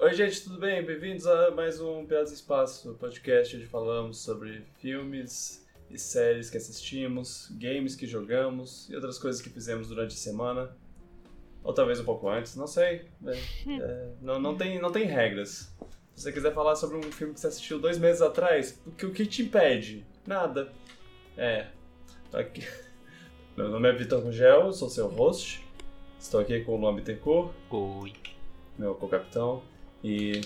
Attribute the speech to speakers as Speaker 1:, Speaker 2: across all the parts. Speaker 1: Oi, gente, tudo bem? Bem-vindos a mais um Piratas do Espaço, podcast onde falamos sobre filmes e séries que assistimos, games que jogamos e outras coisas que fizemos durante a semana. Ou talvez um pouco antes, não sei. É, é, não, não, tem, não tem regras. Se você quiser falar sobre um filme que você assistiu dois meses atrás, o que, o que te impede? Nada. É. Aqui. Meu nome é Vitor Rugel, sou seu host. Estou aqui com o Luan Bittencourt,
Speaker 2: Oi.
Speaker 1: meu co-capitão, e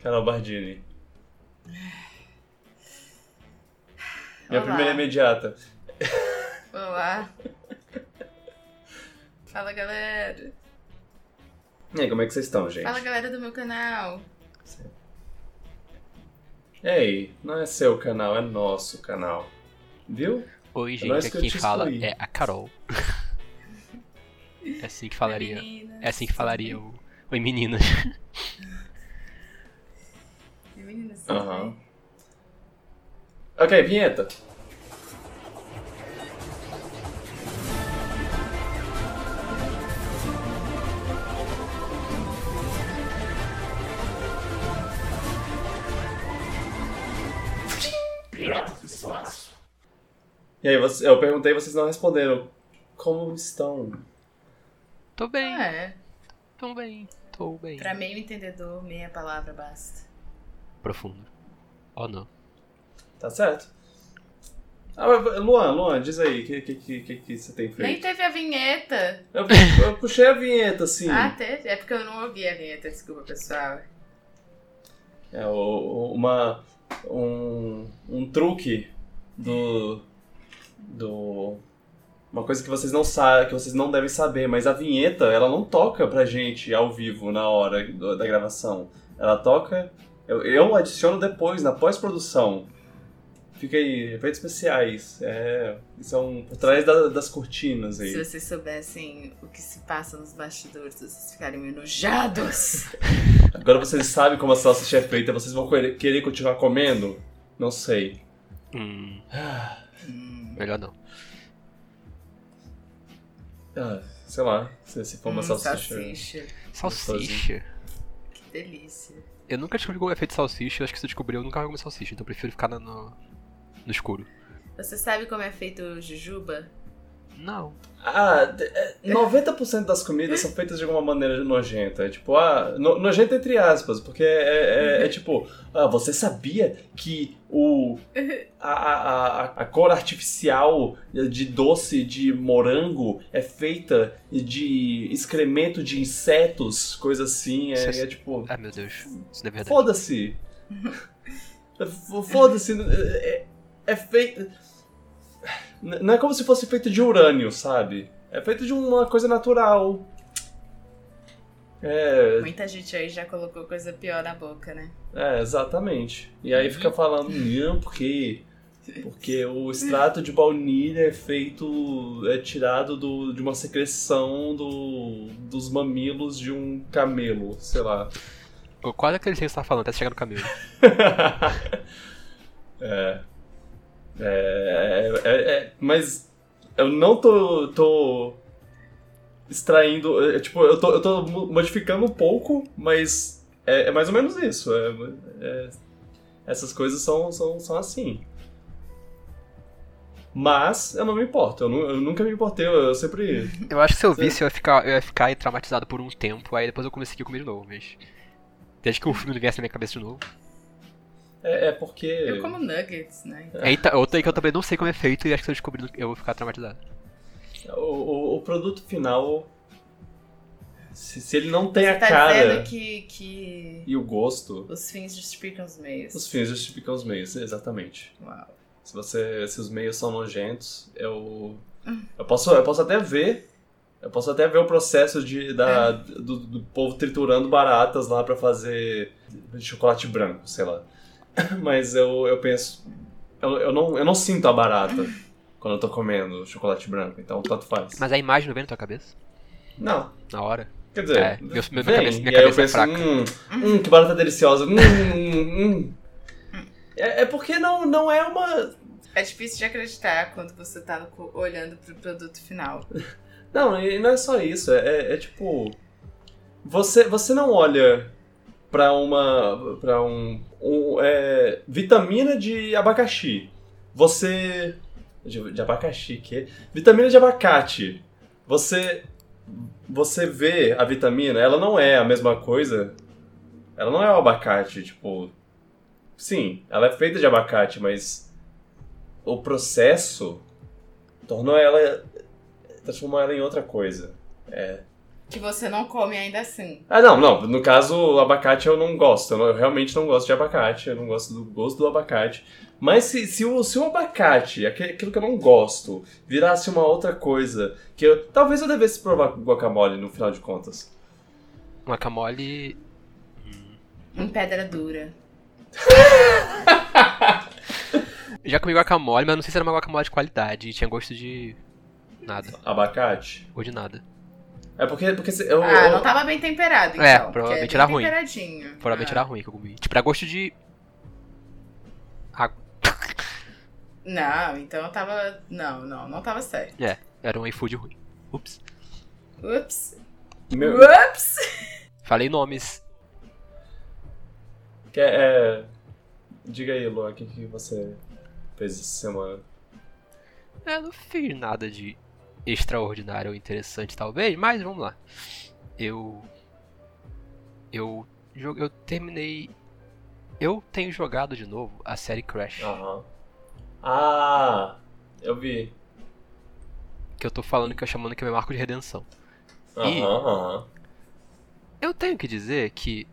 Speaker 1: Carol Bardini. Minha
Speaker 3: Olá.
Speaker 1: primeira imediata.
Speaker 3: Olá. Fala galera.
Speaker 1: E aí, como é que vocês estão, gente?
Speaker 3: Fala galera do meu canal.
Speaker 1: Ei, não é seu canal, é nosso canal. Viu?
Speaker 2: Oi,
Speaker 1: É nóis
Speaker 2: gente.
Speaker 1: que eu
Speaker 2: Aqui
Speaker 1: te
Speaker 2: quem fala
Speaker 1: excluí.
Speaker 2: é a Carol. É assim que falaria.
Speaker 3: Meninas.
Speaker 2: É assim que falaria o. Oi, meninas.
Speaker 3: E Meninas.
Speaker 1: Aham. Ok, vinheta. E aí, você- eu perguntei e vocês não responderam. Como estão?
Speaker 2: Tô bem,
Speaker 3: Ah, é.
Speaker 2: tô bem, tô bem.
Speaker 3: Pra meio entendedor, meia palavra basta.
Speaker 2: Profundo. Oh não.
Speaker 1: Tá certo? Ah, mas, Luan, Luan, diz aí, o que, que, que, que, que você tem
Speaker 3: Nem
Speaker 1: feito?
Speaker 3: teve a vinheta.
Speaker 1: Eu, eu puxei a vinheta, assim.
Speaker 3: Ah, teve? É porque eu não ouvi a vinheta, desculpa, pessoal.
Speaker 1: É o- o- uma um, um truque do do uma coisa que vocês não sabem, que vocês não devem saber, mas a vinheta ela não toca pra gente ao vivo na hora do- da gravação. Ela toca eu, eu adiciono depois na pós-produção. Fica aí, efeitos especiais. É, são por trás da- das cortinas aí.
Speaker 3: Se vocês soubessem o que se passa nos bastidores, vocês ficariam enojados.
Speaker 1: Agora vocês sabem como a salsicha é feita, vocês vão querer- querer continuar comendo? Não sei.
Speaker 2: Hum,
Speaker 3: Hum.
Speaker 2: melhor não.
Speaker 1: Ah, sei lá, se, se for uma
Speaker 3: Hum,
Speaker 1: salsicha.
Speaker 3: salsicha.
Speaker 2: Salsicha.
Speaker 3: Que delícia.
Speaker 2: Eu nunca descobri como é feito salsicha, acho que se eu descobrir eu nunca comi salsicha, então eu prefiro ficar na- no, no escuro.
Speaker 3: Você sabe como é feito o jujuba?
Speaker 2: Não.
Speaker 1: Ah, de- é, 90% das comidas são feitas de alguma maneira nojenta. É tipo, ah, no- nojenta entre aspas, porque é, é- é tipo, ah, você sabia que o. A, a, a, a cor artificial de doce de morango é feita de excremento de insetos, coisa assim. É, é tipo.
Speaker 2: Ai meu Deus, isso não é verdade.
Speaker 1: Foda-se. Foda-se. É, é feito. N- Não é como se fosse feito de urânio, sabe? É feito de uma coisa natural. É,
Speaker 3: Muita gente aí já colocou coisa pior na boca, né?
Speaker 1: é, exatamente. E aí fica falando, não, porque. Porque o extrato de baunilha é feito. é tirado do- de uma secreção do, dos mamilos de um camelo, sei lá.
Speaker 2: Eu quase acreditei que você tava falando, até chegar no caminho.
Speaker 1: é. É, é, é, é, Mas eu não tô. tô extraindo. é, tipo, eu tô, eu tô mo- modificando um pouco, mas é, é mais ou menos isso. é- é- essas coisas são, são, são assim. Mas eu não me importo, eu, nu- eu nunca me importei, eu, eu sempre.
Speaker 2: Eu acho que se eu visse, eu ia ficar, eu ia ficar aí traumatizado por um tempo, aí depois eu comecei a comer de novo, mas. Desde que o filme viesse na minha cabeça de novo.
Speaker 1: É, é porque.
Speaker 3: Eu como nuggets, né?
Speaker 2: Eita, outra aí que eu também não sei como é feito e acho que se eu descobrir eu vou ficar traumatizado.
Speaker 1: O, o- o produto final. Se, se ele não tem
Speaker 3: Você
Speaker 1: a
Speaker 3: tá
Speaker 1: cara.
Speaker 3: dizendo que, que
Speaker 1: e o gosto,
Speaker 3: os fins justificam os meios.
Speaker 1: os fins justificam os meios, exatamente.
Speaker 3: Uau.
Speaker 1: Se você, se os meios são nojentos, eu eu posso, eu posso até ver, eu posso até ver o processo de da, do, do povo triturando baratas lá pra fazer chocolate branco, sei lá. Mas eu, eu penso, eu, eu não eu não sinto a barata quando eu tô comendo chocolate branco, então tanto faz.
Speaker 2: Mas a imagem não vem na tua cabeça?
Speaker 1: Não,
Speaker 2: Na hora?
Speaker 1: quer dizer,
Speaker 2: É, meu- minha
Speaker 1: vem,
Speaker 2: cabeça- minha
Speaker 1: e aí eu
Speaker 2: cabeça é
Speaker 1: penso,
Speaker 2: fraca.
Speaker 1: hum, hum, que barata deliciosa, hum, hum, hum. É, é porque não, não é uma...
Speaker 3: É difícil de acreditar quando você tá no co- olhando pro produto final.
Speaker 1: é Não, e não é só isso, é, é tipo... Você, você não olha pra uma. pra um. um, é, vitamina de abacaxi. Você. De, de abacaxi, que? Vitamina de abacate. Você. Você vê a vitamina, ela não é a mesma coisa. Ela não é o abacate, tipo. Sim, ela é feita de abacate, mas. O processo tornou ela. transformou ela em outra coisa. É.
Speaker 3: Que você não come ainda assim.
Speaker 1: Ah, não, não. No caso, abacate eu não gosto. Eu, não- eu realmente não gosto de abacate. Eu não gosto do gosto do abacate. Mas se, se, o, se o abacate, aque- aquilo que eu não gosto, virasse uma outra coisa, que eu, talvez eu devesse provar com guacamole no final de contas.
Speaker 2: Uma camole.
Speaker 3: Em pedra dura.
Speaker 2: Já comi guacamole, mas não sei se era uma guacamole de qualidade. Tinha gosto de. Nada.
Speaker 1: Abacate?
Speaker 2: Ou de nada.
Speaker 1: É porque. porque se- eu,
Speaker 3: Ah,
Speaker 1: eu-
Speaker 3: não tava bem temperado, então.
Speaker 2: É,
Speaker 3: porque
Speaker 2: provavelmente
Speaker 3: bem
Speaker 2: era ruim.
Speaker 3: temperadinho.
Speaker 2: Provavelmente
Speaker 3: Ah.
Speaker 2: era ruim que eu comi. Tipo, era gosto de. Água.
Speaker 3: Não, então eu tava... Não, não, não tava certo.
Speaker 2: Era um iFood ruim. Ups.
Speaker 3: Ups.
Speaker 1: meu-
Speaker 3: Ups!
Speaker 2: Falei nomes.
Speaker 1: que é- é- diga aí, Luan, o que, que você fez essa semana?
Speaker 2: É, não fiz nada de extraordinário ou interessante, talvez, mas vamos lá. Eu. Eu. jo- Eu terminei. Eu tenho jogado de novo a série Crash.
Speaker 1: Aham. Ah, eu vi.
Speaker 2: Que eu tô falando que eu chamando que é meu marco de redenção. Ih.
Speaker 1: Aham, aham.
Speaker 2: Eu tenho que dizer que.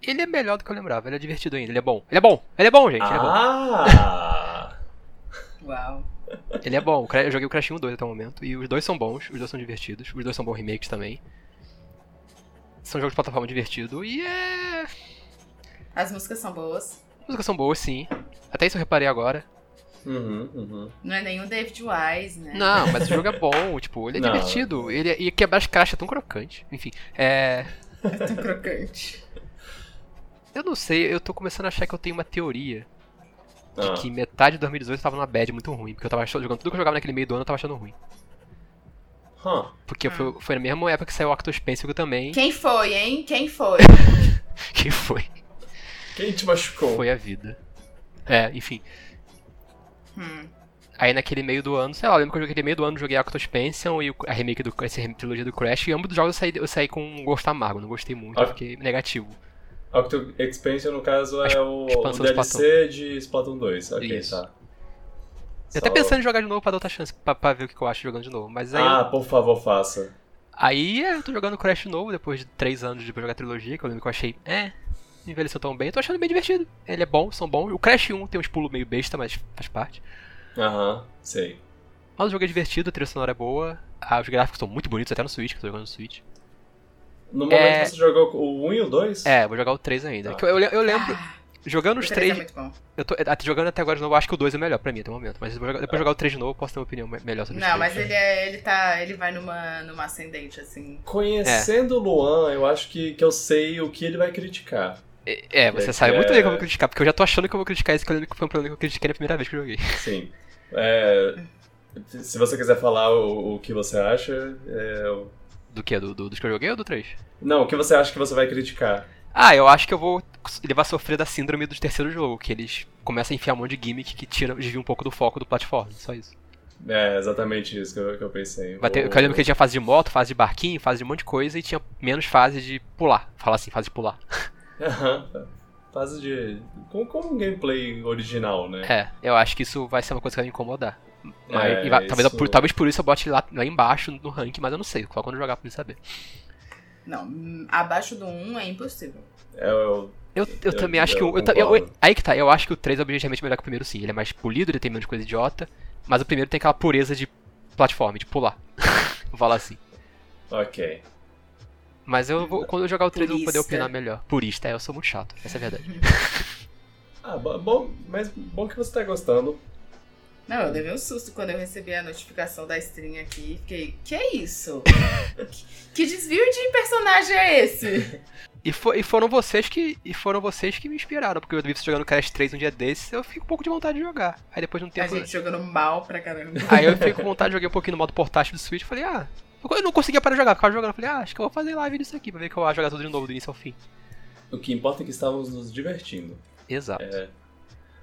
Speaker 2: Ele é melhor do que eu lembrava. Ele é divertido ainda. Ele é bom. Ele é bom. Ele é bom, gente. Ele é bom.
Speaker 1: Ah!
Speaker 3: Uau.
Speaker 2: Ele é bom. O Cra- Eu joguei o Crash 1 e 2 até o momento. E os dois são bons. Os dois são divertidos. Os dois são bons remakes também. São jogos de plataforma divertido. E é.
Speaker 3: As músicas são boas.
Speaker 2: As músicas são boas, sim. Até isso eu reparei agora.
Speaker 1: Uhum, uhum.
Speaker 3: Não é nenhum David Wise, né?
Speaker 2: Não, mas o jogo é bom. Tipo, ele é
Speaker 1: Não.
Speaker 2: divertido. Ele é... E quebrar as caixas é tão crocante. Enfim, é.
Speaker 3: Tão crocante.
Speaker 2: Eu não sei. Eu tô começando a achar que eu tenho uma teoria. de
Speaker 1: Ah.
Speaker 2: que metade de 2018 eu tava numa bad muito ruim, porque eu tava achando- jogando tudo que eu jogava naquele meio do ano, eu tava achando ruim.
Speaker 1: Huh.
Speaker 2: Porque foi, foi na mesma época que saiu o Octo Spencer também,
Speaker 3: Quem foi, hein? Quem foi?
Speaker 2: que foi,
Speaker 1: Quem te machucou?
Speaker 2: foi a vida. É, enfim.
Speaker 3: Hum.
Speaker 2: Aí naquele meio do ano, sei lá, eu lembro que eu joguei aquele meio do ano, joguei Octo Spencer e o- a remake do essa rem- trilogia do Crash, e ambos os jogos eu saí, eu saí com um gosto amargo, não gostei muito,
Speaker 1: Ah.
Speaker 2: eu fiquei negativo.
Speaker 1: Octo Expansion, no caso,
Speaker 2: A
Speaker 1: é o, o
Speaker 2: expansão de
Speaker 1: DLC de Splatoon 2. Ok,
Speaker 2: Isso.
Speaker 1: tá.
Speaker 2: Eu até
Speaker 1: Só-
Speaker 2: pensando em jogar de novo pra dar outra chance, pra, pra ver o que eu acho jogando de novo, mas aí...
Speaker 1: Ah, por favor, faça.
Speaker 2: Aí é, eu tô jogando Crash novo, depois de 3 anos de jogar a trilogia, que eu lembro que eu achei, é, não envelheceu tão bem, eu tô achando bem divertido. Ele é bom, são bons. O Crash 1 tem uns pulos meio besta, mas faz parte.
Speaker 1: Aham, sei.
Speaker 2: Mas o jogo é divertido, a trilha sonora é boa, ah, os gráficos são muito bonitos, até no Switch, que eu tô jogando no Switch.
Speaker 1: No momento
Speaker 2: É-
Speaker 1: que você jogou o 1 e o 2?
Speaker 2: É, vou jogar o 3 ainda.
Speaker 1: Tá.
Speaker 2: que eu, eu- eu lembro, jogando os
Speaker 3: Ah, o três é
Speaker 2: 3,
Speaker 3: muito bom.
Speaker 2: eu tô até jogando até agora de novo, eu acho que o 2 é melhor pra mim até o momento, mas eu vou jogar- depois de jogar o 3 de novo, eu posso ter uma opinião me- melhor sobre
Speaker 3: É. Não,
Speaker 2: os
Speaker 3: mas
Speaker 2: três.
Speaker 3: ele é, ele tá, ele vai numa, numa ascendente assim.
Speaker 1: Conhecendo o Luan, eu acho que, que eu sei o que ele vai criticar.
Speaker 2: É, você
Speaker 1: é-
Speaker 2: sabe muito bem que eu
Speaker 1: é-
Speaker 2: vou criticar, porque eu já tô achando que eu vou criticar esse que eu lembro que foi um problema que eu critiquei na primeira vez que eu joguei.
Speaker 1: Sim. É, se você quiser falar o, o que você acha. é, o-
Speaker 2: Do que? Do, do- dos que eu joguei ou do 3?
Speaker 1: Não, o que você acha que você vai criticar?
Speaker 2: Ah, eu acho que eu vou. Ele vai sofrer da síndrome do terceiro jogo, que eles começam a enfiar um monte de gimmick que tira, desvia um pouco do foco do platform, só isso.
Speaker 1: É exatamente isso que eu, que eu pensei.
Speaker 2: Vai ter,
Speaker 1: O-
Speaker 2: eu lembro que tinha fase de moto, fase de barquinho, fase de um monte de coisa e tinha menos fase de pular. Fala assim, fase de pular.
Speaker 1: Aham. Fase de. Como, como um gameplay original, né?
Speaker 2: É, eu acho que isso vai ser uma coisa que vai me incomodar. Mas,
Speaker 1: É,
Speaker 2: e vai- talvez, tá- eu-
Speaker 1: isso-
Speaker 2: por, talvez por isso eu bote lá, lá embaixo no ranking, mas eu não sei, só quando eu jogar pra me saber.
Speaker 3: Não, hum, abaixo do 1 é impossível.
Speaker 1: É o-
Speaker 2: Eu, eu,
Speaker 1: Eu-
Speaker 2: também acho que.
Speaker 1: eu
Speaker 2: o- eu ta- eu-
Speaker 1: concordo.
Speaker 2: aí que tá, eu acho que o 3 é objetivamente melhor que o primeiro, sim. Ele é mais polido, ele tem menos coisa idiota, mas o primeiro tem aquela pureza de plataforma, de pular. Vou falar assim.
Speaker 1: Ok.
Speaker 2: Mas eu vou, quando eu jogar o 3 eu vou poder
Speaker 3: Purista.
Speaker 2: opinar melhor. Purista, é, eu sou muito chato, essa é a verdade.
Speaker 1: Ah, bo- bom, mas bom que você tá gostando.
Speaker 3: Não, eu levei um susto quando eu recebi a notificação da stream aqui. Fiquei, que é isso? Que- que desvio de personagem é esse?
Speaker 2: E, fo- e foram vocês que e foram vocês que me inspiraram, porque eu vi você jogando Crash 3 um dia desses, eu fico um pouco de vontade de jogar. Aí depois de um
Speaker 3: A
Speaker 2: tempo.
Speaker 3: gente jogando mal pra caramba.
Speaker 2: Aí eu fiquei com vontade, joguei um pouquinho no modo portátil do Switch e falei, ah, Eu não conseguia parar de jogar, ficava jogando. Eu falei, ah, acho que eu vou fazer live disso aqui pra ver que eu vou jogar tudo de novo, do início ao fim.
Speaker 1: O que importa é que estávamos nos divertindo.
Speaker 2: Exato.
Speaker 1: É.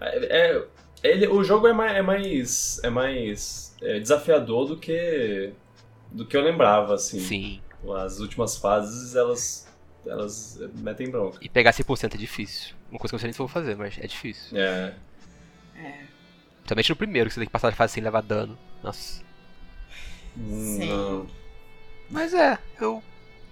Speaker 1: É- é- ele- o jogo é mais. É mais, é mais é, desafiador do que. do que eu lembrava, assim.
Speaker 2: Sim.
Speaker 1: As últimas fases, elas. elas metem bronca.
Speaker 2: E pegar 100% é difícil. Uma coisa que eu não sei nem se eu vou fazer, mas é difícil.
Speaker 1: É.
Speaker 3: É.
Speaker 2: Principalmente no primeiro, que você tem que passar de fase sem levar dano. Nossa.
Speaker 1: Hum,
Speaker 3: Sim.
Speaker 1: não.
Speaker 2: Mas é, eu.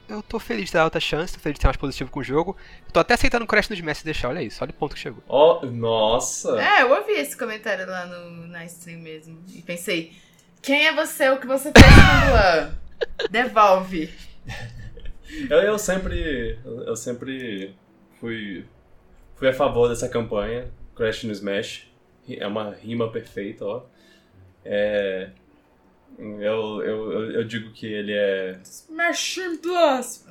Speaker 2: Eu tô feliz de ter dado outra chance, tô feliz de ter mais positivo com o jogo. Eu tô até aceitando o Crash no Smash e deixar, olha isso, olha o ponto que chegou.
Speaker 1: Ó, nossa!
Speaker 3: É, eu ouvi esse comentário lá no, na stream mesmo. E pensei, quem é você? O que você fez com o Luan? Devolve.
Speaker 1: Eu, eu sempre. Eu sempre fui. Fui a favor dessa campanha. Crash no Smash. É uma rima perfeita, ó. É. Eu, eu, eu- eu digo que ele é.
Speaker 3: Smash Plus.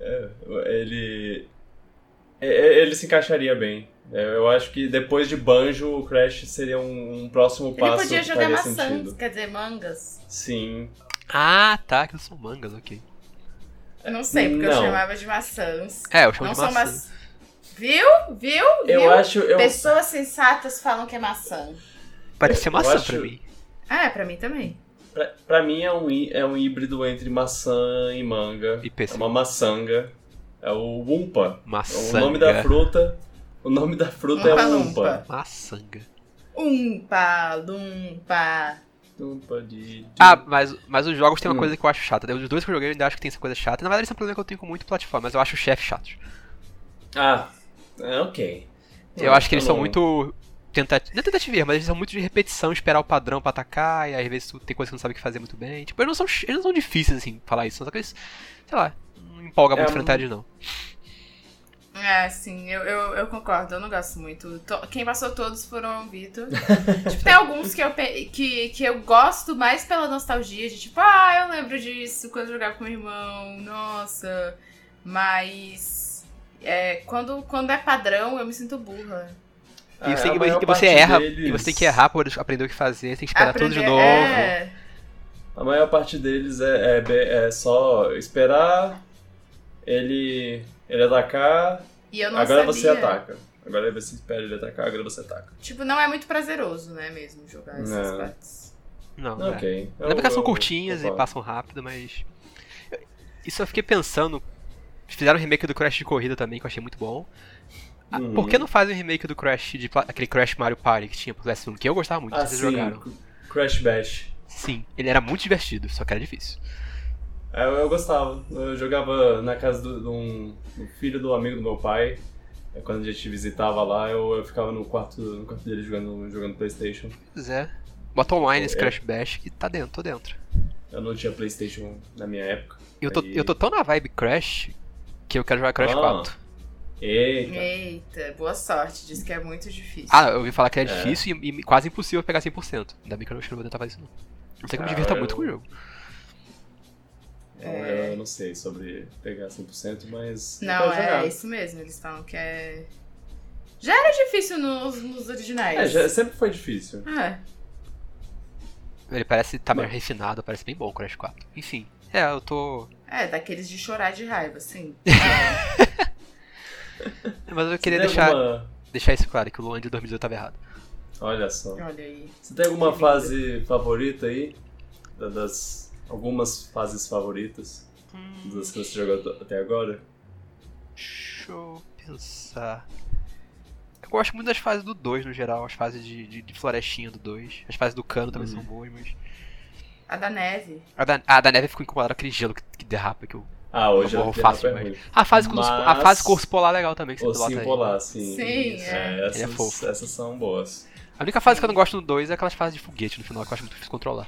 Speaker 1: é, ele. é- é- Ele se encaixaria bem. É, Eu acho que depois de Banjo, o Crash seria um, um próximo
Speaker 3: Ele
Speaker 1: passo
Speaker 3: podia
Speaker 1: que
Speaker 3: jogar
Speaker 1: faria
Speaker 3: maçãs,
Speaker 1: sentido.
Speaker 3: quer dizer, mangas.
Speaker 1: Sim.
Speaker 2: Ah, tá, que são mangas, ok.
Speaker 3: Eu não sei, porque eu
Speaker 1: Não.
Speaker 3: chamava de maçãs.
Speaker 2: É, eu chamo
Speaker 3: não
Speaker 2: de
Speaker 3: são
Speaker 2: maçã.
Speaker 3: maçãs. Viu? Viu?
Speaker 1: Eu
Speaker 3: Viu?
Speaker 1: acho. é um- Eu,
Speaker 3: Pessoas sensatas falam que é maçã.
Speaker 2: Parece ser
Speaker 1: eu
Speaker 2: maçã
Speaker 1: acho-
Speaker 2: pra mim.
Speaker 3: Ah, é pra mim também.
Speaker 1: pra, pra mim é um, hí- é um híbrido entre maçã e manga.
Speaker 2: E
Speaker 1: É
Speaker 2: pensa,
Speaker 1: uma maçanga. É o Wumpa.
Speaker 2: maçã.
Speaker 1: O um nome da fruta. O nome da fruta é
Speaker 3: Umpa-lumpa.
Speaker 1: Wumpa.
Speaker 2: Maçanga.
Speaker 3: Um Umpa, lumpa.
Speaker 1: Wumpa de. de-
Speaker 2: Ah, mas, mas os jogos tem uma
Speaker 1: Hum.
Speaker 2: coisa que eu acho chata. né? Os dois que eu joguei eu ainda acho que tem essa coisa chata. Na verdade, esse é um problema que eu tenho com muito plataforma, mas eu acho o chefe chato.
Speaker 1: Ah, é ok.
Speaker 2: Eu acho que eles
Speaker 1: Tá
Speaker 2: são
Speaker 1: bom.
Speaker 2: muito. Tentativa, não é tentativa, mas eles são muito de repetição, esperar o padrão pra atacar, e às vezes tu tem coisa que tu não sabe o que fazer muito bem. Tipo, eles não são, ch- eles não são difíceis, assim, falar isso, só que eles, sei lá, não empolga
Speaker 1: É,
Speaker 2: muito
Speaker 1: mas-
Speaker 2: enfrentar eles, não.
Speaker 3: É, sim, eu, eu, eu concordo, eu não gosto muito. To- Quem passou todos foram o Vitor. tipo, tem alguns que eu, pe- que, que eu gosto mais pela nostalgia, de tipo, ah, eu lembro disso quando eu jogava com meu irmão, nossa. Mas é, quando, quando é padrão, eu me sinto burra.
Speaker 1: Ah,
Speaker 2: e você,
Speaker 1: a
Speaker 2: e
Speaker 1: maior
Speaker 2: você
Speaker 1: parte
Speaker 2: erra,
Speaker 1: deles-
Speaker 2: e você tem que errar pra aprender o que fazer, tem que esperar tudo de novo.
Speaker 3: É,
Speaker 1: A maior parte deles é, é, be- é só esperar ele, ele atacar.
Speaker 3: e eu não
Speaker 1: Agora
Speaker 3: sabia.
Speaker 1: você é ataca. Agora você espera ele atacar, agora você ataca.
Speaker 3: Tipo, não é muito prazeroso, né, mesmo, jogar essas
Speaker 1: Não.
Speaker 3: partes.
Speaker 2: Não, é.
Speaker 1: Ok.
Speaker 2: Não é porque elas
Speaker 1: Eu-
Speaker 2: são
Speaker 1: eu
Speaker 2: curtinhas e
Speaker 1: concordo.
Speaker 2: passam rápido, mas. eu- Isso eu fiquei pensando. Fizeram um remake do Crash de corrida também, que eu achei muito bom. Ah,
Speaker 1: Uhum.
Speaker 2: Por que não fazem um remake do Crash, de, pla- aquele Crash Mario Party que tinha pro PS1, que eu gostava muito,
Speaker 1: Ah,
Speaker 2: vocês
Speaker 1: sim.
Speaker 2: jogaram?
Speaker 1: Crash Bash.
Speaker 2: Sim, ele era muito divertido, só que era difícil.
Speaker 1: É, Eu, eu gostava. Eu jogava na casa do- de um do filho do amigo do meu pai. É, Quando a gente visitava lá, eu, eu ficava no quarto, no quarto dele jogando, jogando Playstation.
Speaker 2: Pois é. Bota online esse
Speaker 1: É.
Speaker 2: Crash Bash que tá dentro, tô dentro.
Speaker 1: Eu não tinha Playstation na minha época.
Speaker 2: Eu tô,
Speaker 1: Aí.
Speaker 2: eu tô tão na vibe Crash que eu quero jogar Crash
Speaker 1: Ah.
Speaker 2: 4.
Speaker 1: Eita!
Speaker 3: Eita, boa sorte, diz que é muito difícil.
Speaker 2: Ah, eu ouvi falar que é
Speaker 1: É.
Speaker 2: difícil e, e quase impossível pegar 100%. Ainda bem que eu não acho que eu não vou tentar fazer isso não. Não sei que eu me
Speaker 1: Ah,
Speaker 2: divirta
Speaker 1: eu-
Speaker 2: muito com o jogo.
Speaker 1: Eu, então eu não sei sobre pegar 100%, mas. eu quero
Speaker 3: Não, é
Speaker 1: jogar.
Speaker 3: isso mesmo, eles falam que é. Já era difícil nos, nos originais.
Speaker 1: É, já- sempre foi difícil.
Speaker 3: Ah,
Speaker 2: Ele parece tá meio
Speaker 1: Mas-
Speaker 2: refinado, parece bem bom o Crash 4. Enfim, é, eu tô.
Speaker 3: é, daqueles de chorar de raiva, sim.
Speaker 2: Mas eu
Speaker 1: Você
Speaker 2: queria
Speaker 1: tem
Speaker 2: deixar,
Speaker 1: alguma-
Speaker 2: deixar isso claro, que o Luan de 2018 tava errado.
Speaker 1: Olha só.
Speaker 3: Olha aí.
Speaker 1: Você tem alguma fase favorita aí? Da- Das. Algumas fases favoritas
Speaker 3: Hum.
Speaker 1: das que você jogou até agora?
Speaker 2: Deixa eu pensar. Eu gosto muito das fases do 2 no geral, as fases de, de, de florestinha do 2. As fases do cano também
Speaker 1: Uhum.
Speaker 2: são boas, mas.
Speaker 3: A da neve.
Speaker 2: A da, a da neve ficou incomodada com aquele gelo que, que derrapa. Que eu...
Speaker 1: Ah, hoje
Speaker 2: Amor,
Speaker 1: eu tenho
Speaker 2: fácil,
Speaker 1: uma
Speaker 2: mas-
Speaker 1: pergunta.
Speaker 2: a, fase com os- a
Speaker 1: Mas-
Speaker 2: fase com urso polar é legal também, que você
Speaker 1: Ou
Speaker 2: pilota
Speaker 1: sim
Speaker 2: aí.
Speaker 1: polar, sim.
Speaker 3: Sim, é.
Speaker 2: Ele é
Speaker 1: essas,
Speaker 2: fofo.
Speaker 1: essas são boas.
Speaker 2: A única fase que eu não gosto no 2 é aquelas fases de foguete no final, que eu acho muito difícil controlar.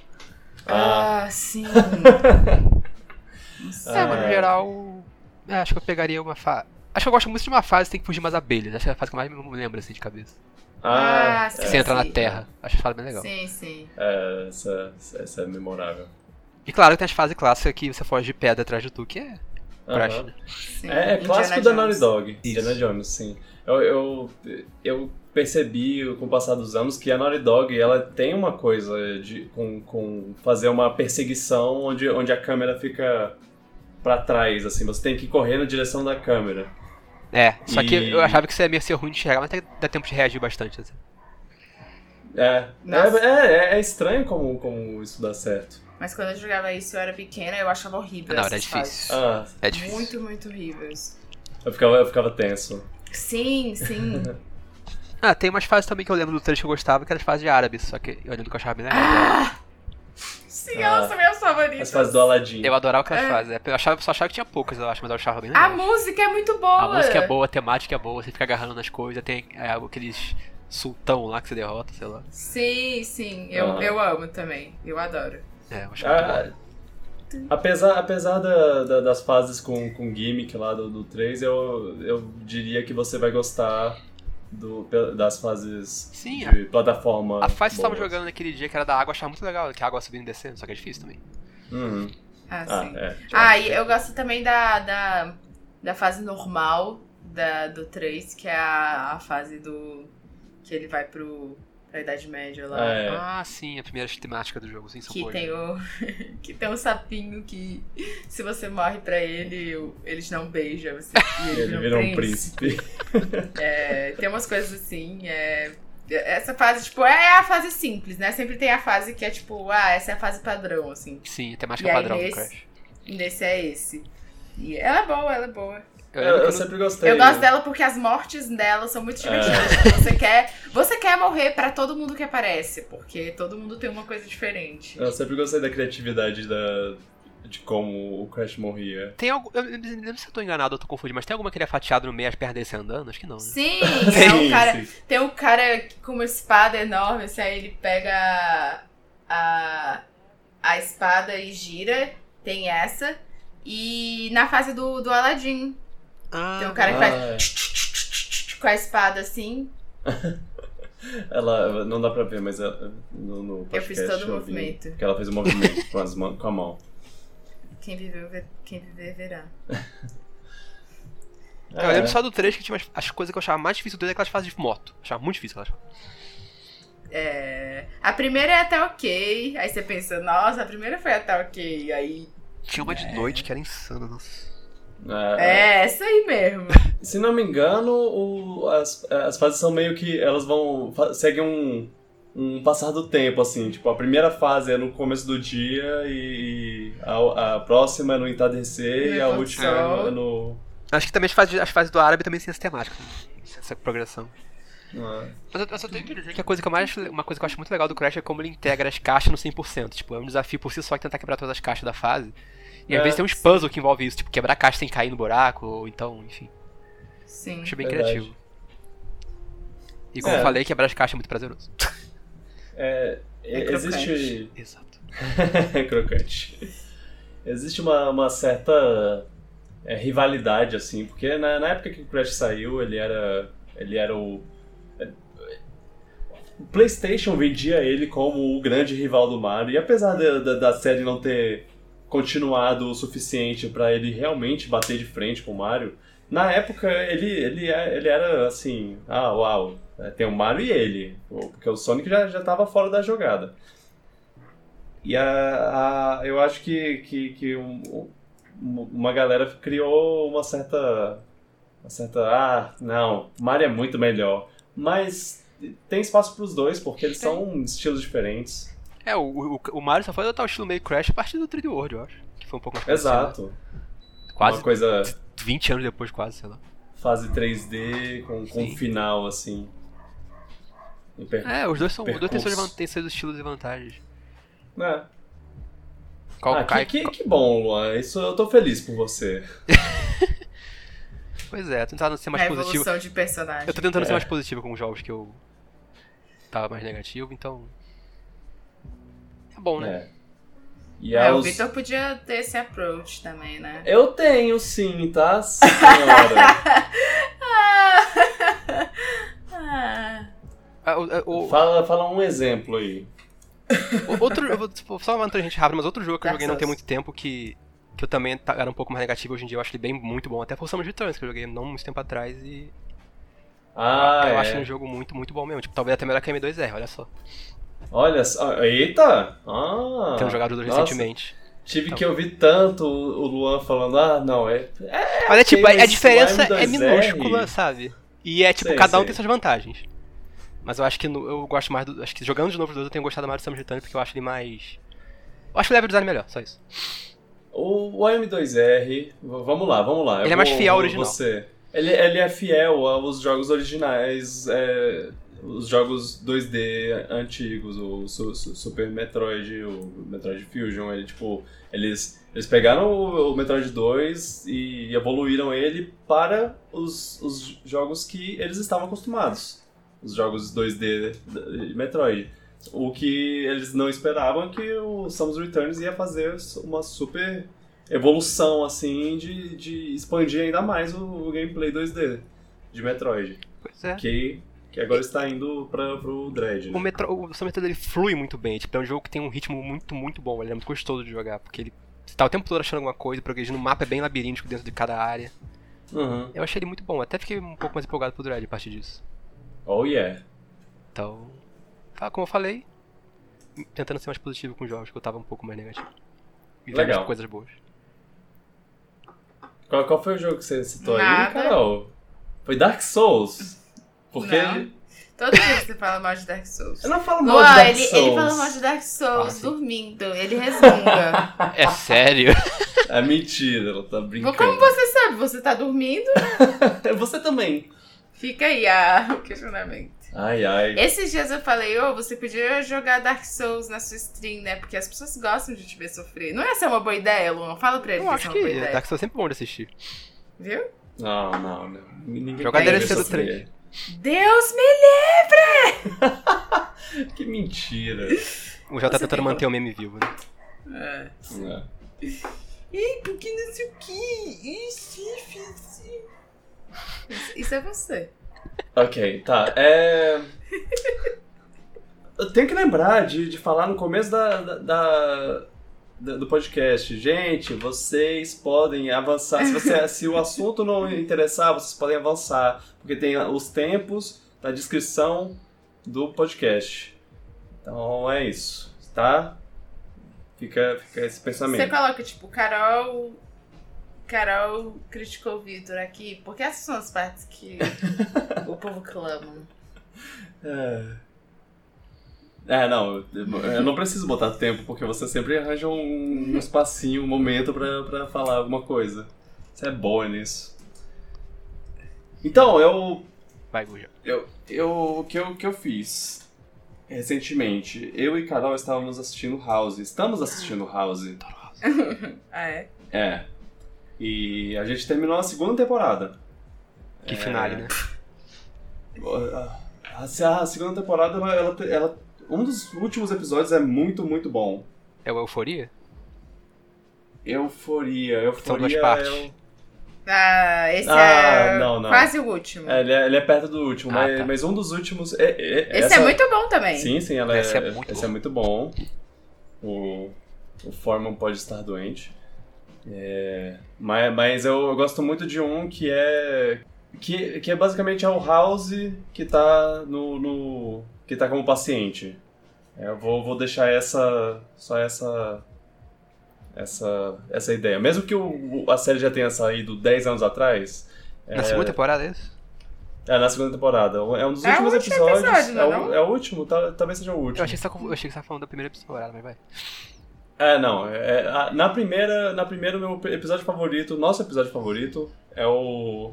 Speaker 1: Ah,
Speaker 3: Ah, sim. Nossa.
Speaker 2: É, mas no geral. é, acho que eu pegaria uma fase. Acho que eu gosto muito de uma fase que tem que fugir mais abelhas. Acho que é a fase que eu mais me lembro assim de cabeça.
Speaker 1: ah,
Speaker 3: Ah,
Speaker 2: Que
Speaker 3: sim.
Speaker 2: você entra na terra. Acho essa fase bem legal.
Speaker 3: Sim, sim.
Speaker 1: é, essa, essa é memorável.
Speaker 2: E claro que tem as fases clássicas que você foge de pedra atrás de tu, que é Praxe, né?
Speaker 3: Sim,
Speaker 1: É, é
Speaker 3: Indiana
Speaker 1: clássico da Naughty
Speaker 3: Jones.
Speaker 1: Dog.
Speaker 2: Isso.
Speaker 1: Indiana Jones, sim. Eu, eu, eu percebi com o passar dos anos que a Naughty Dog ela tem uma coisa de, com, com fazer uma perseguição onde, onde a câmera fica pra trás, assim. Você tem que correr na direção da câmera.
Speaker 2: É, só que
Speaker 1: E-
Speaker 2: eu achava que isso ia ser ruim de enxergar, mas até que dá tempo de reagir bastante. assim.
Speaker 1: É,
Speaker 3: Nossa.
Speaker 1: é, é, é estranho como, como isso dá certo.
Speaker 3: Mas quando eu jogava isso, eu era pequena, eu achava horrível.
Speaker 2: Não,
Speaker 3: essas
Speaker 2: era
Speaker 3: fases.
Speaker 2: difícil.
Speaker 1: Ah,
Speaker 2: É difícil.
Speaker 3: Muito, muito horríveis.
Speaker 1: eu ficava, eu ficava tenso.
Speaker 3: Sim, sim.
Speaker 2: Ah, tem umas fases também que eu lembro do trecho que eu gostava, que eram as fases de árabe, só que eu lembro que eu achava bem legal.
Speaker 3: ah! Sim, elas
Speaker 1: Ah,
Speaker 3: são minhas favoritas.
Speaker 1: As fases do Aladdin.
Speaker 2: Eu adorava aquelas
Speaker 3: É.
Speaker 2: fases. Eu achava, só achava que tinha poucas, eu acho, mas eu achava bem legal.
Speaker 3: A música é muito boa.
Speaker 2: A música é boa, a temática é boa, você fica agarrando nas coisas, tem é, aqueles sultão lá que você derrota, sei lá.
Speaker 3: Sim, sim. Eu,
Speaker 1: Ah.
Speaker 3: eu amo também. Eu adoro.
Speaker 2: É, eu acho muito
Speaker 1: Ah,
Speaker 2: bom.
Speaker 1: apesar apesar da- da- das fases com, com gimmick lá do, do 3, eu, eu diria que você vai gostar do, pe- das fases
Speaker 2: Sim,
Speaker 1: de plataforma.
Speaker 2: A fase que você tava
Speaker 1: boas.
Speaker 2: jogando naquele dia, que era da água, eu achava muito legal, que a água subindo e descendo, só que é difícil também.
Speaker 1: Uhum.
Speaker 3: Ah,
Speaker 1: Ah,
Speaker 3: sim.
Speaker 1: é.
Speaker 3: Ah, e eu gosto também da, da, da fase normal da, do 3, que é a, a fase do. que ele vai pro, pra Idade Média lá.
Speaker 1: Ah, é.
Speaker 2: Ah, sim, a primeira temática do jogo, sim, são
Speaker 3: Que
Speaker 2: boas.
Speaker 3: tem o. que tem um sapinho que se você morre pra ele, o- ele te dá um beijo. aí Você, e ele,
Speaker 1: Ele virou um príncipe.
Speaker 3: É, tem umas coisas assim. é, essa fase, tipo, é a fase simples, né? Sempre tem a fase que é tipo, ah, essa é a fase padrão, assim.
Speaker 2: Sim, a temática
Speaker 3: E aí
Speaker 2: padrão
Speaker 3: nesse-
Speaker 2: do Crash.
Speaker 3: Nesse é esse. E ela é boa, ela é boa.
Speaker 1: Eu,
Speaker 2: Eu lembro
Speaker 1: eu
Speaker 2: que eu não-
Speaker 1: sempre gostei.
Speaker 3: Eu gosto dela porque as mortes dela são muito divertidas. Tipo, Você quer, você quer morrer pra todo mundo que aparece, porque todo mundo tem uma coisa diferente.
Speaker 1: Eu sempre gostei da criatividade da, de como o Crash morria.
Speaker 2: Tem algo. Eu eu não lembro se eu tô enganado ou tô confundido, mas tem alguma que ele é fatiado no meio as pernas dele saem andando? Acho que não, né?
Speaker 3: Sim, é
Speaker 1: Sim,
Speaker 3: um cara,
Speaker 1: sim.
Speaker 3: Tem um cara com uma espada enorme, assim, aí ele pega a, a, a espada e gira. Tem essa. E na fase do, do Aladdin,
Speaker 2: Ah,
Speaker 3: tem um cara que
Speaker 1: Ah,
Speaker 3: faz com a espada assim.
Speaker 1: Ela não dá pra ver, mas ela- no, no podcast
Speaker 3: Eu fiz todo o
Speaker 1: eu vi
Speaker 3: movimento.
Speaker 1: Que ela fez o movimento com, as mãos- com a mão.
Speaker 3: Quem viveu, ver- quem viver verá.
Speaker 2: É, Eu
Speaker 1: É,
Speaker 2: lembro só do trecho que tinha umas- as coisas que eu achava mais difícil dele é aquelas fases de moto. Eu achava muito difícil aquelas fases.
Speaker 3: É, a primeira é até ok. Aí você pensa, nossa, a primeira foi até ok. Aí.
Speaker 2: Tinha uma de noite que era insana, nossa.
Speaker 1: É,
Speaker 3: É, essa aí mesmo.
Speaker 1: Se não me engano, o- as, as fases são meio que. Elas vão. fa- seguem um, um passar do tempo, assim. Tipo, a primeira fase é no começo do dia e, e a, a próxima é no entardecer
Speaker 3: No
Speaker 1: e a última é no.
Speaker 3: sol.
Speaker 1: no-
Speaker 2: Acho que também as fases, as fases do árabe também têm essa temática, né? essa progressão.
Speaker 1: na-
Speaker 2: Mas eu, eu só tenho que dizer que a coisa que eu mais. Uma coisa que eu acho muito legal do Crash é como ele integra as caixas no 100%. Tipo, é um desafio por si só tentar quebrar todas as caixas da fase. E às
Speaker 1: É,
Speaker 2: vezes tem uns puzzles que envolvem isso, tipo, quebrar a caixa sem cair no buraco, ou então, enfim.
Speaker 3: Sim.
Speaker 2: Achei bem
Speaker 1: Verdade.
Speaker 2: criativo. E como
Speaker 1: É.
Speaker 2: eu falei, quebrar as caixas é muito prazeroso.
Speaker 1: é,
Speaker 3: É
Speaker 1: existe.
Speaker 2: Exato.
Speaker 1: crocante. Existe uma, uma certa é, rivalidade, assim, porque na, na época que o Crash saiu, ele era. Ele era o. é, O PlayStation vendia ele como o grande rival do Mario, e apesar da, da, da série não ter continuado o suficiente para ele realmente bater de frente com o Mario, na época ele, ele, é- ele era assim: ah, uau, é, tem o Mario e ele, porque o Sonic já estava fora da jogada. E a, a- eu acho que, que, que um- um- uma galera criou uma certa. Uma certa. Ah, não, Mario é muito melhor. Mas tem espaço para os dois, porque eles são estilos diferentes.
Speaker 2: É, o, o, o Mario só foi adotar o estilo meio Crash a partir do 3D World, eu acho. Que foi um pouco mais parecido,
Speaker 1: Exato.
Speaker 2: né? Quase
Speaker 1: Uma coisa
Speaker 2: 20 anos depois, quase, sei lá.
Speaker 1: fase 3D com, com
Speaker 2: Sim.
Speaker 1: final, assim. Hiper...
Speaker 2: É, os dois são. Os dois têm seus,
Speaker 1: Percurso.
Speaker 2: van- têm seus estilos e vantagens.
Speaker 1: É.
Speaker 2: Qual
Speaker 1: Ah,
Speaker 2: cai-
Speaker 1: que, que, que bom, Luan. Isso, eu tô feliz por você.
Speaker 2: Pois é, tentar ser mais
Speaker 3: a
Speaker 2: positivo.
Speaker 3: evolução de personagem.
Speaker 2: Eu tô tentando
Speaker 1: É.
Speaker 2: ser mais positivo com os jogos que eu tava mais negativo, então. É bom, né?
Speaker 1: É. E
Speaker 3: É, o
Speaker 1: aos-
Speaker 3: Vitor podia ter esse approach também, né?
Speaker 1: Eu tenho sim, tá? Senhora.
Speaker 3: Ah.
Speaker 2: Ah, o- é, o-
Speaker 1: fala, fala um exemplo aí.
Speaker 2: o- outro. eu vou- tipo, Só uma outra gente rápida, mas outro jogo que eu
Speaker 3: Dark
Speaker 2: joguei não tem
Speaker 3: Souls.
Speaker 2: muito tempo que. que eu também ta- era um pouco mais negativo, hoje em dia eu acho ele bem muito bom, até por Samus Returns, que eu joguei não muito tempo atrás e
Speaker 1: Ah,
Speaker 2: eu
Speaker 1: é.
Speaker 2: acho um jogo muito, muito bom mesmo. Tipo, talvez até melhor que a M2R, olha só.
Speaker 1: Olha só. Eita! Ah!
Speaker 2: Tendo jogado os dois
Speaker 1: nossa.
Speaker 2: recentemente.
Speaker 1: Tive que ouvir tanto o o Luan falando, ah, não, é. é
Speaker 2: Mas é tipo,
Speaker 1: ok,
Speaker 2: a
Speaker 1: mas
Speaker 2: diferença
Speaker 1: Slime
Speaker 2: é
Speaker 1: 2R?
Speaker 2: minúscula, sabe? E é tipo,
Speaker 1: Sei,
Speaker 2: cada um
Speaker 1: sei.
Speaker 2: tem suas vantagens. Mas eu acho que no- eu gosto mais do. Acho que jogando de novo os dois eu tenho gostado mais do Samus Returns porque eu acho ele mais. Eu acho o level design melhor, só isso.
Speaker 1: O, o AM2R. v- Vamos lá, vamos lá. Eu
Speaker 2: Ele é mais
Speaker 1: vou-
Speaker 2: fiel ao
Speaker 1: vou-
Speaker 2: original.
Speaker 1: Você. Ele, ele é fiel aos jogos originais, é, os jogos 2D antigos, o Su- Su- Super Metroid, o Metroid Fusion, ele tipo. Eles, eles pegaram o, o Metroid 2 e evoluíram ele para os, os jogos que eles estavam acostumados. Os jogos 2D de Metroid. O que eles não esperavam é que o Samus Returns ia fazer uma super evolução, assim, de, de expandir ainda mais o, o gameplay 2D de Metroid.
Speaker 2: Pois é.
Speaker 1: Que, que agora está indo para pro Dread.
Speaker 2: O,
Speaker 1: Né?
Speaker 2: metro, o Summer Metroid ele flui muito bem, tipo, é um jogo que tem um ritmo muito, muito bom, ele é muito gostoso de jogar, porque ele você tá o tempo todo achando alguma coisa, progredindo, o mapa é bem labiríntico dentro de cada área.
Speaker 1: Uhum.
Speaker 2: Eu achei ele muito bom, até fiquei um pouco mais empolgado pro Dread a partir disso.
Speaker 1: Oh yeah.
Speaker 2: Então, tá, como eu falei, tentando ser mais positivo com os jogos, que eu tava um pouco mais negativo. E vendo
Speaker 1: Legal.
Speaker 2: as coisas boas.
Speaker 1: Qual, qual foi o jogo que você citou aí,
Speaker 3: Nada.
Speaker 1: Carol? Foi Dark Souls. Porque
Speaker 3: Não.
Speaker 1: ele-
Speaker 3: Todo dia você fala mal de Dark Souls.
Speaker 1: eu não falo mal de
Speaker 3: Luan,
Speaker 1: Dark
Speaker 3: ele,
Speaker 1: Souls.
Speaker 3: ele fala mal de Dark Souls
Speaker 2: Ah, sim.
Speaker 3: dormindo. Ele resmunga.
Speaker 2: É sério?
Speaker 1: É mentira, ela tá brincando.
Speaker 3: Como você sabe? Você tá dormindo?
Speaker 1: você também.
Speaker 3: Fica aí a... o questionamento.
Speaker 1: Ai, ai.
Speaker 3: Esses dias eu falei, ô, você podia jogar Dark Souls na sua stream, né? Porque as pessoas gostam de te ver sofrer. Não é essa uma boa ideia, Luan? Fala pra ele
Speaker 2: Eu
Speaker 3: que
Speaker 2: acho
Speaker 3: essa é uma boa
Speaker 2: que
Speaker 3: ideia.
Speaker 2: Dark Souls é sempre bom de assistir.
Speaker 3: Viu?
Speaker 1: Não, Ah, não, não. Ninguém
Speaker 2: Joga
Speaker 1: quer ver
Speaker 2: DLC do
Speaker 1: sofrer.
Speaker 2: três.
Speaker 3: Deus me...
Speaker 1: Que mentira.
Speaker 2: O Jota
Speaker 3: Você
Speaker 2: tá tentando
Speaker 3: tem-
Speaker 2: manter o meme vivo, né?
Speaker 3: É.
Speaker 1: É.
Speaker 3: Ei, porque não sei o que. Isso, isso é você.
Speaker 1: Ok, tá. É. Eu tenho que lembrar de, de falar no começo da, da- da- da- do podcast. Gente, vocês podem avançar. Se, você- se o assunto não interessar, vocês podem avançar. Porque tem os tempos na descrição do podcast. Então é isso, tá? Fica, fica esse
Speaker 3: Você
Speaker 1: pensamento.
Speaker 3: coloca, tipo, Carol. Carol criticou o Vitor aqui, porque essas são as partes que o povo clama.
Speaker 1: É, É, não, eu- eu não preciso botar tempo, porque você sempre arranja um, um espacinho, um momento pra, pra falar alguma coisa. Você é boa nisso. Então, eu,
Speaker 2: Vai, Guja.
Speaker 1: eu, eu, o que eu, o que eu fiz recentemente, eu e Carol estávamos assistindo House, estamos assistindo House,
Speaker 3: Ah, é?
Speaker 1: é. E a gente terminou a segunda temporada. É.
Speaker 2: Que finale, né?
Speaker 1: A, a- a segunda temporada, ela- ela- ela, um dos últimos episódios é muito, muito bom.
Speaker 2: É o Euforia?
Speaker 1: Euforia. Euforia
Speaker 2: São duas
Speaker 1: é
Speaker 2: partes.
Speaker 1: o-
Speaker 3: Ah, esse
Speaker 1: Ah,
Speaker 3: é
Speaker 1: não, não.
Speaker 3: quase o último.
Speaker 1: é, ele, é, ele é perto do último,
Speaker 2: Ah,
Speaker 1: mas,
Speaker 2: tá.
Speaker 1: mas um dos últimos. é- é-
Speaker 3: esse
Speaker 1: essa-
Speaker 3: é muito bom também.
Speaker 1: Sim, sim, ela
Speaker 2: Esse
Speaker 1: é,
Speaker 2: é muito
Speaker 1: esse
Speaker 2: bom.
Speaker 1: é muito bom. O, o Foreman pode estar doente. É, mas mas eu, eu gosto muito de um que é. Que, que é basicamente é o House que tá no. no- que tá como paciente. É, eu vou, vou deixar essa. só essa. essa, essa ideia. Mesmo que o- o- a série já tenha saído 10 anos atrás.
Speaker 2: Na segunda temporada é isso?
Speaker 1: É, na segunda temporada. É um dos
Speaker 3: É o
Speaker 1: últimos
Speaker 3: último
Speaker 1: episódios.
Speaker 3: episódio,
Speaker 1: é,
Speaker 3: não é
Speaker 1: o,
Speaker 3: não?
Speaker 1: é o último, tal- talvez seja o último.
Speaker 2: Eu achei que você tá com- eu achei que você tava falando da primeira temporada, mas vai.
Speaker 1: É, não. é- é- a- na primeira, na primeira, meu episódio favorito, nosso episódio favorito é o.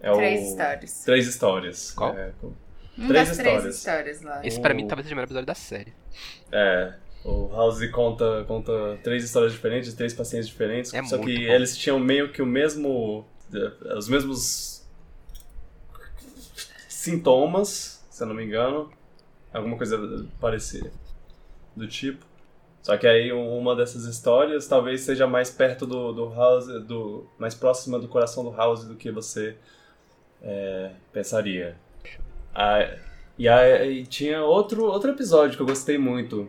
Speaker 1: É
Speaker 3: Três
Speaker 1: o,
Speaker 3: histórias.
Speaker 1: Três histórias.
Speaker 2: Qual?
Speaker 1: É, co-
Speaker 3: Um
Speaker 1: Três
Speaker 3: das
Speaker 1: histórias.
Speaker 3: três histórias lá.
Speaker 2: Esse
Speaker 1: O-
Speaker 2: pra mim talvez seja o melhor episódio da série.
Speaker 1: é, o House conta, conta três histórias diferentes, três pacientes diferentes,
Speaker 2: É
Speaker 1: só
Speaker 2: muito
Speaker 1: que
Speaker 2: bom.
Speaker 1: eles tinham meio que o mesmo. é, os mesmos. sintomas, se eu não me engano. Alguma coisa parecida do tipo. Só que aí um- uma dessas histórias talvez seja mais perto do, do House, do, mais próxima do coração do House do que você é, pensaria. Ah, e aí e tinha outro, outro episódio que eu gostei muito.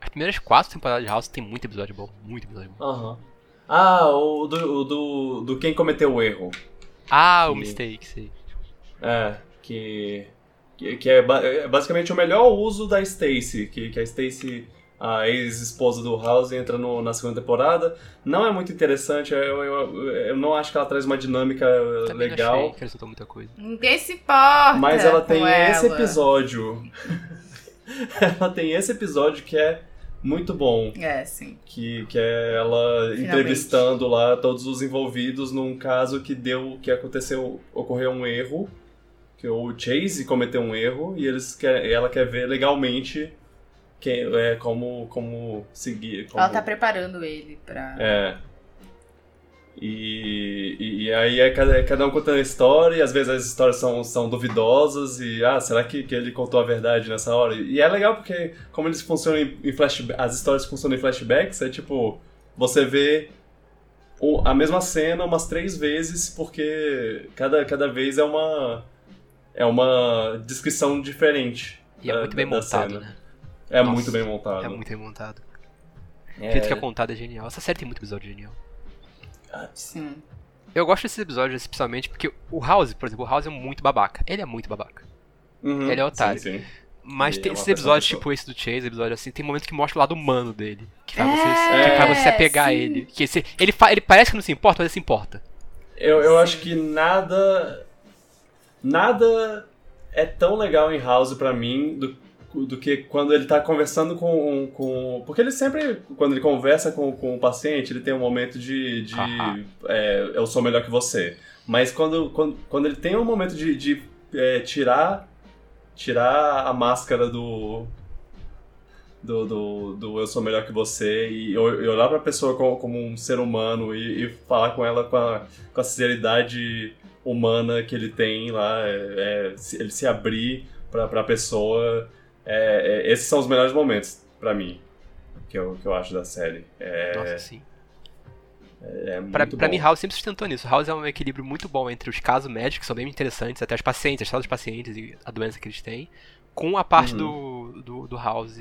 Speaker 2: As primeiras quatro temporadas de House tem muito episódio bom, muito episódio bom.
Speaker 1: Aham. Ah, o do, o do, do quem cometeu o erro.
Speaker 2: Ah, o
Speaker 1: Sim.
Speaker 2: mistake, sei.
Speaker 1: É, que, que, que é, ba- é basicamente o melhor uso da Stacy, que, que a Stacy, a ex-esposa do House, entra no- na segunda temporada. Não é muito interessante, eu, eu, eu não acho que ela traz uma dinâmica
Speaker 2: Também não
Speaker 1: É legal.
Speaker 2: achei que acrescentou muita coisa.
Speaker 3: Ninguém se importa.
Speaker 1: Mas ela tem
Speaker 3: com ela.
Speaker 1: esse episódio. ela tem esse episódio que é muito bom.
Speaker 3: É, sim.
Speaker 1: Que, que é ela
Speaker 3: Finalmente.
Speaker 1: entrevistando lá todos os envolvidos num caso que deu. que aconteceu. ocorreu um erro. Que o Chase cometeu um erro e eles quer, ela quer ver legalmente quem, é, como, como seguir. Como,
Speaker 3: Ela tá preparando ele pra.
Speaker 1: é. E, e, e aí é cada, cada um contando a história, e às vezes as histórias são, são duvidosas, e ah, será que, que ele contou a verdade nessa hora? E é legal porque, como eles funcionam em, em flashbacks, as histórias funcionam em flashbacks, é tipo, você vê o- a mesma cena umas três vezes, porque cada, cada vez é uma, é uma descrição diferente.
Speaker 2: E é
Speaker 1: da-
Speaker 2: muito bem
Speaker 1: da- da
Speaker 2: montado,
Speaker 1: cena.
Speaker 2: né?
Speaker 1: É
Speaker 2: Nossa,
Speaker 1: muito bem montado.
Speaker 2: É muito bem montado. O
Speaker 1: É,
Speaker 2: jeito que é contado é genial. Essa série tem muito episódio genial.
Speaker 3: Sim.
Speaker 2: Eu gosto desses episódios, especialmente porque o House, por exemplo, o House é muito babaca. Ele é muito babaca.
Speaker 1: Uhum,
Speaker 2: ele é otário.
Speaker 1: Sim, sim.
Speaker 2: Mas
Speaker 1: Ele é
Speaker 2: tem
Speaker 1: uma
Speaker 2: esses
Speaker 1: pessoa
Speaker 2: episódios,
Speaker 1: pessoa.
Speaker 2: tipo esse do Chase, episódio assim, tem momentos que mostra o lado humano dele. Que faz
Speaker 3: É,
Speaker 2: você, que faz você apegar a
Speaker 3: sim.
Speaker 2: ele. Que você- ele, fa- ele parece que não se importa, mas ele se importa.
Speaker 1: Eu, eu
Speaker 3: Sim.
Speaker 1: acho que nada. Nada é tão legal em House pra mim do, do que quando ele tá conversando com. com porque ele sempre, quando ele conversa com, com o paciente, ele tem um momento de. de
Speaker 2: Aham.
Speaker 1: é, eu sou melhor que você. Mas quando, quando, quando ele tem um momento de, de é, tirar. Tirar a máscara do. Do, do, do eu sou melhor que você e, ol- e olhar pra pessoa como, como um ser humano e, e falar com ela com a, com a sinceridade humana que ele tem lá, é- é, se- ele se abrir pra, pra pessoa. é- é, esses são os melhores momentos pra mim, que eu, que eu acho da série. É,
Speaker 2: Nossa, sim.
Speaker 1: é muito
Speaker 2: Pra, pra
Speaker 1: bom.
Speaker 2: mim, House sempre sustentou nisso. House é um equilíbrio muito bom entre os casos médicos, que são bem interessantes, até os pacientes, a história dos pacientes e a doença que eles têm, com a parte
Speaker 1: Uhum.
Speaker 2: do, do, do House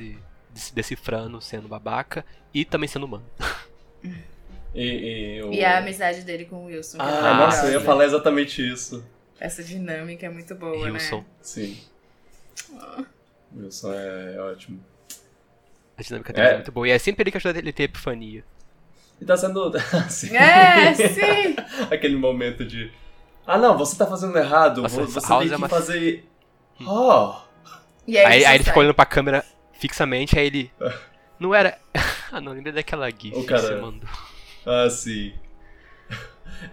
Speaker 2: des- decifrando, sendo babaca e também sendo humano.
Speaker 1: E, e o-
Speaker 3: E a amizade dele com o Wilson. que é
Speaker 1: Ah,
Speaker 2: Ah,
Speaker 1: nossa, eu ia
Speaker 3: maravilhosa.
Speaker 1: falar exatamente isso.
Speaker 3: Essa dinâmica é muito boa,
Speaker 2: Wilson.
Speaker 3: né?
Speaker 1: Sim.
Speaker 3: Ah.
Speaker 1: Wilson é, é ótimo.
Speaker 2: A dinâmica dele é.
Speaker 1: É.
Speaker 2: muito boa. E é sempre ele que ajuda ele a ter epifania.
Speaker 1: E tá sendo. assim,
Speaker 3: É, sim!
Speaker 1: aquele momento de. Ah, não, você tá fazendo errado.
Speaker 2: Nossa,
Speaker 1: você
Speaker 2: House
Speaker 1: tem
Speaker 2: é
Speaker 1: que
Speaker 2: uma- Hum.
Speaker 1: fazer. Oh!
Speaker 3: E é
Speaker 2: Aí, aí ele
Speaker 3: sai.
Speaker 2: ficou olhando pra câmera fixamente, aí ele. Não era. ah, não, lembra daquela GIF
Speaker 1: O
Speaker 2: que você
Speaker 1: cara-
Speaker 2: mandou.
Speaker 1: Ah, sim.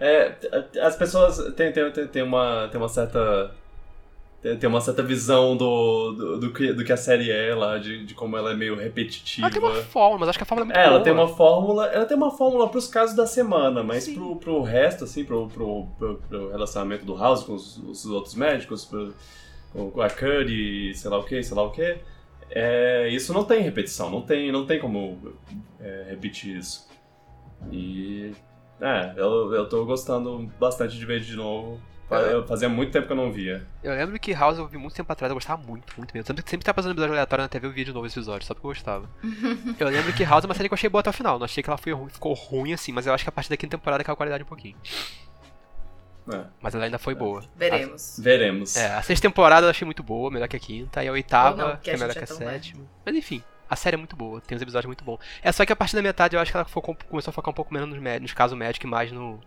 Speaker 1: É, t- as pessoas têm, têm, têm, têm uma, têm uma certa. têm têm uma certa visão do, do, do, que, do que a série é lá, de, de como ela é meio repetitiva.
Speaker 2: Ela tem uma fórmula, mas acho que a fórmula é muito
Speaker 1: É, ela
Speaker 2: boa.
Speaker 1: tem uma fórmula. Ela tem uma fórmula pros casos da semana, mas
Speaker 2: Sim.
Speaker 1: pro, pro resto, assim, pro, pro, pro, pro relacionamento do House com os, os outros médicos, pro, com a Curry, sei lá o que, sei lá o que. isso não tem repetição, não tem, não tem como é, repetir isso. E. É, eu, eu tô gostando bastante de ver de novo. Fa-
Speaker 2: É.
Speaker 1: eu- Fazia muito tempo que eu não via.
Speaker 2: Eu lembro que House eu vi muito tempo atrás, eu gostava muito, muito mesmo. Sempre, sempre que tá passando episódio aleatório na TV, eu via de novo esse episódio, só porque eu gostava. eu lembro que House é uma série que eu achei boa até o final. Não achei que ela foi ruim, ficou ruim assim, mas eu acho que a partir da quinta temporada caiu a qualidade um pouquinho.
Speaker 1: É,
Speaker 2: Mas ela ainda foi boa.
Speaker 3: Veremos.
Speaker 1: veremos.
Speaker 2: É, a sexta temporada eu achei muito boa, melhor que a quinta, e a oitava,
Speaker 3: Ou não, porque
Speaker 2: que
Speaker 3: a
Speaker 2: é melhor
Speaker 3: gente
Speaker 2: que a
Speaker 3: é tão
Speaker 2: sétima. Mas enfim, a série é muito boa, tem uns episódios muito bons. É só que a partir da metade eu acho que ela focou- começou a focar um pouco menos nos, mé- nos casos médicos e mais no.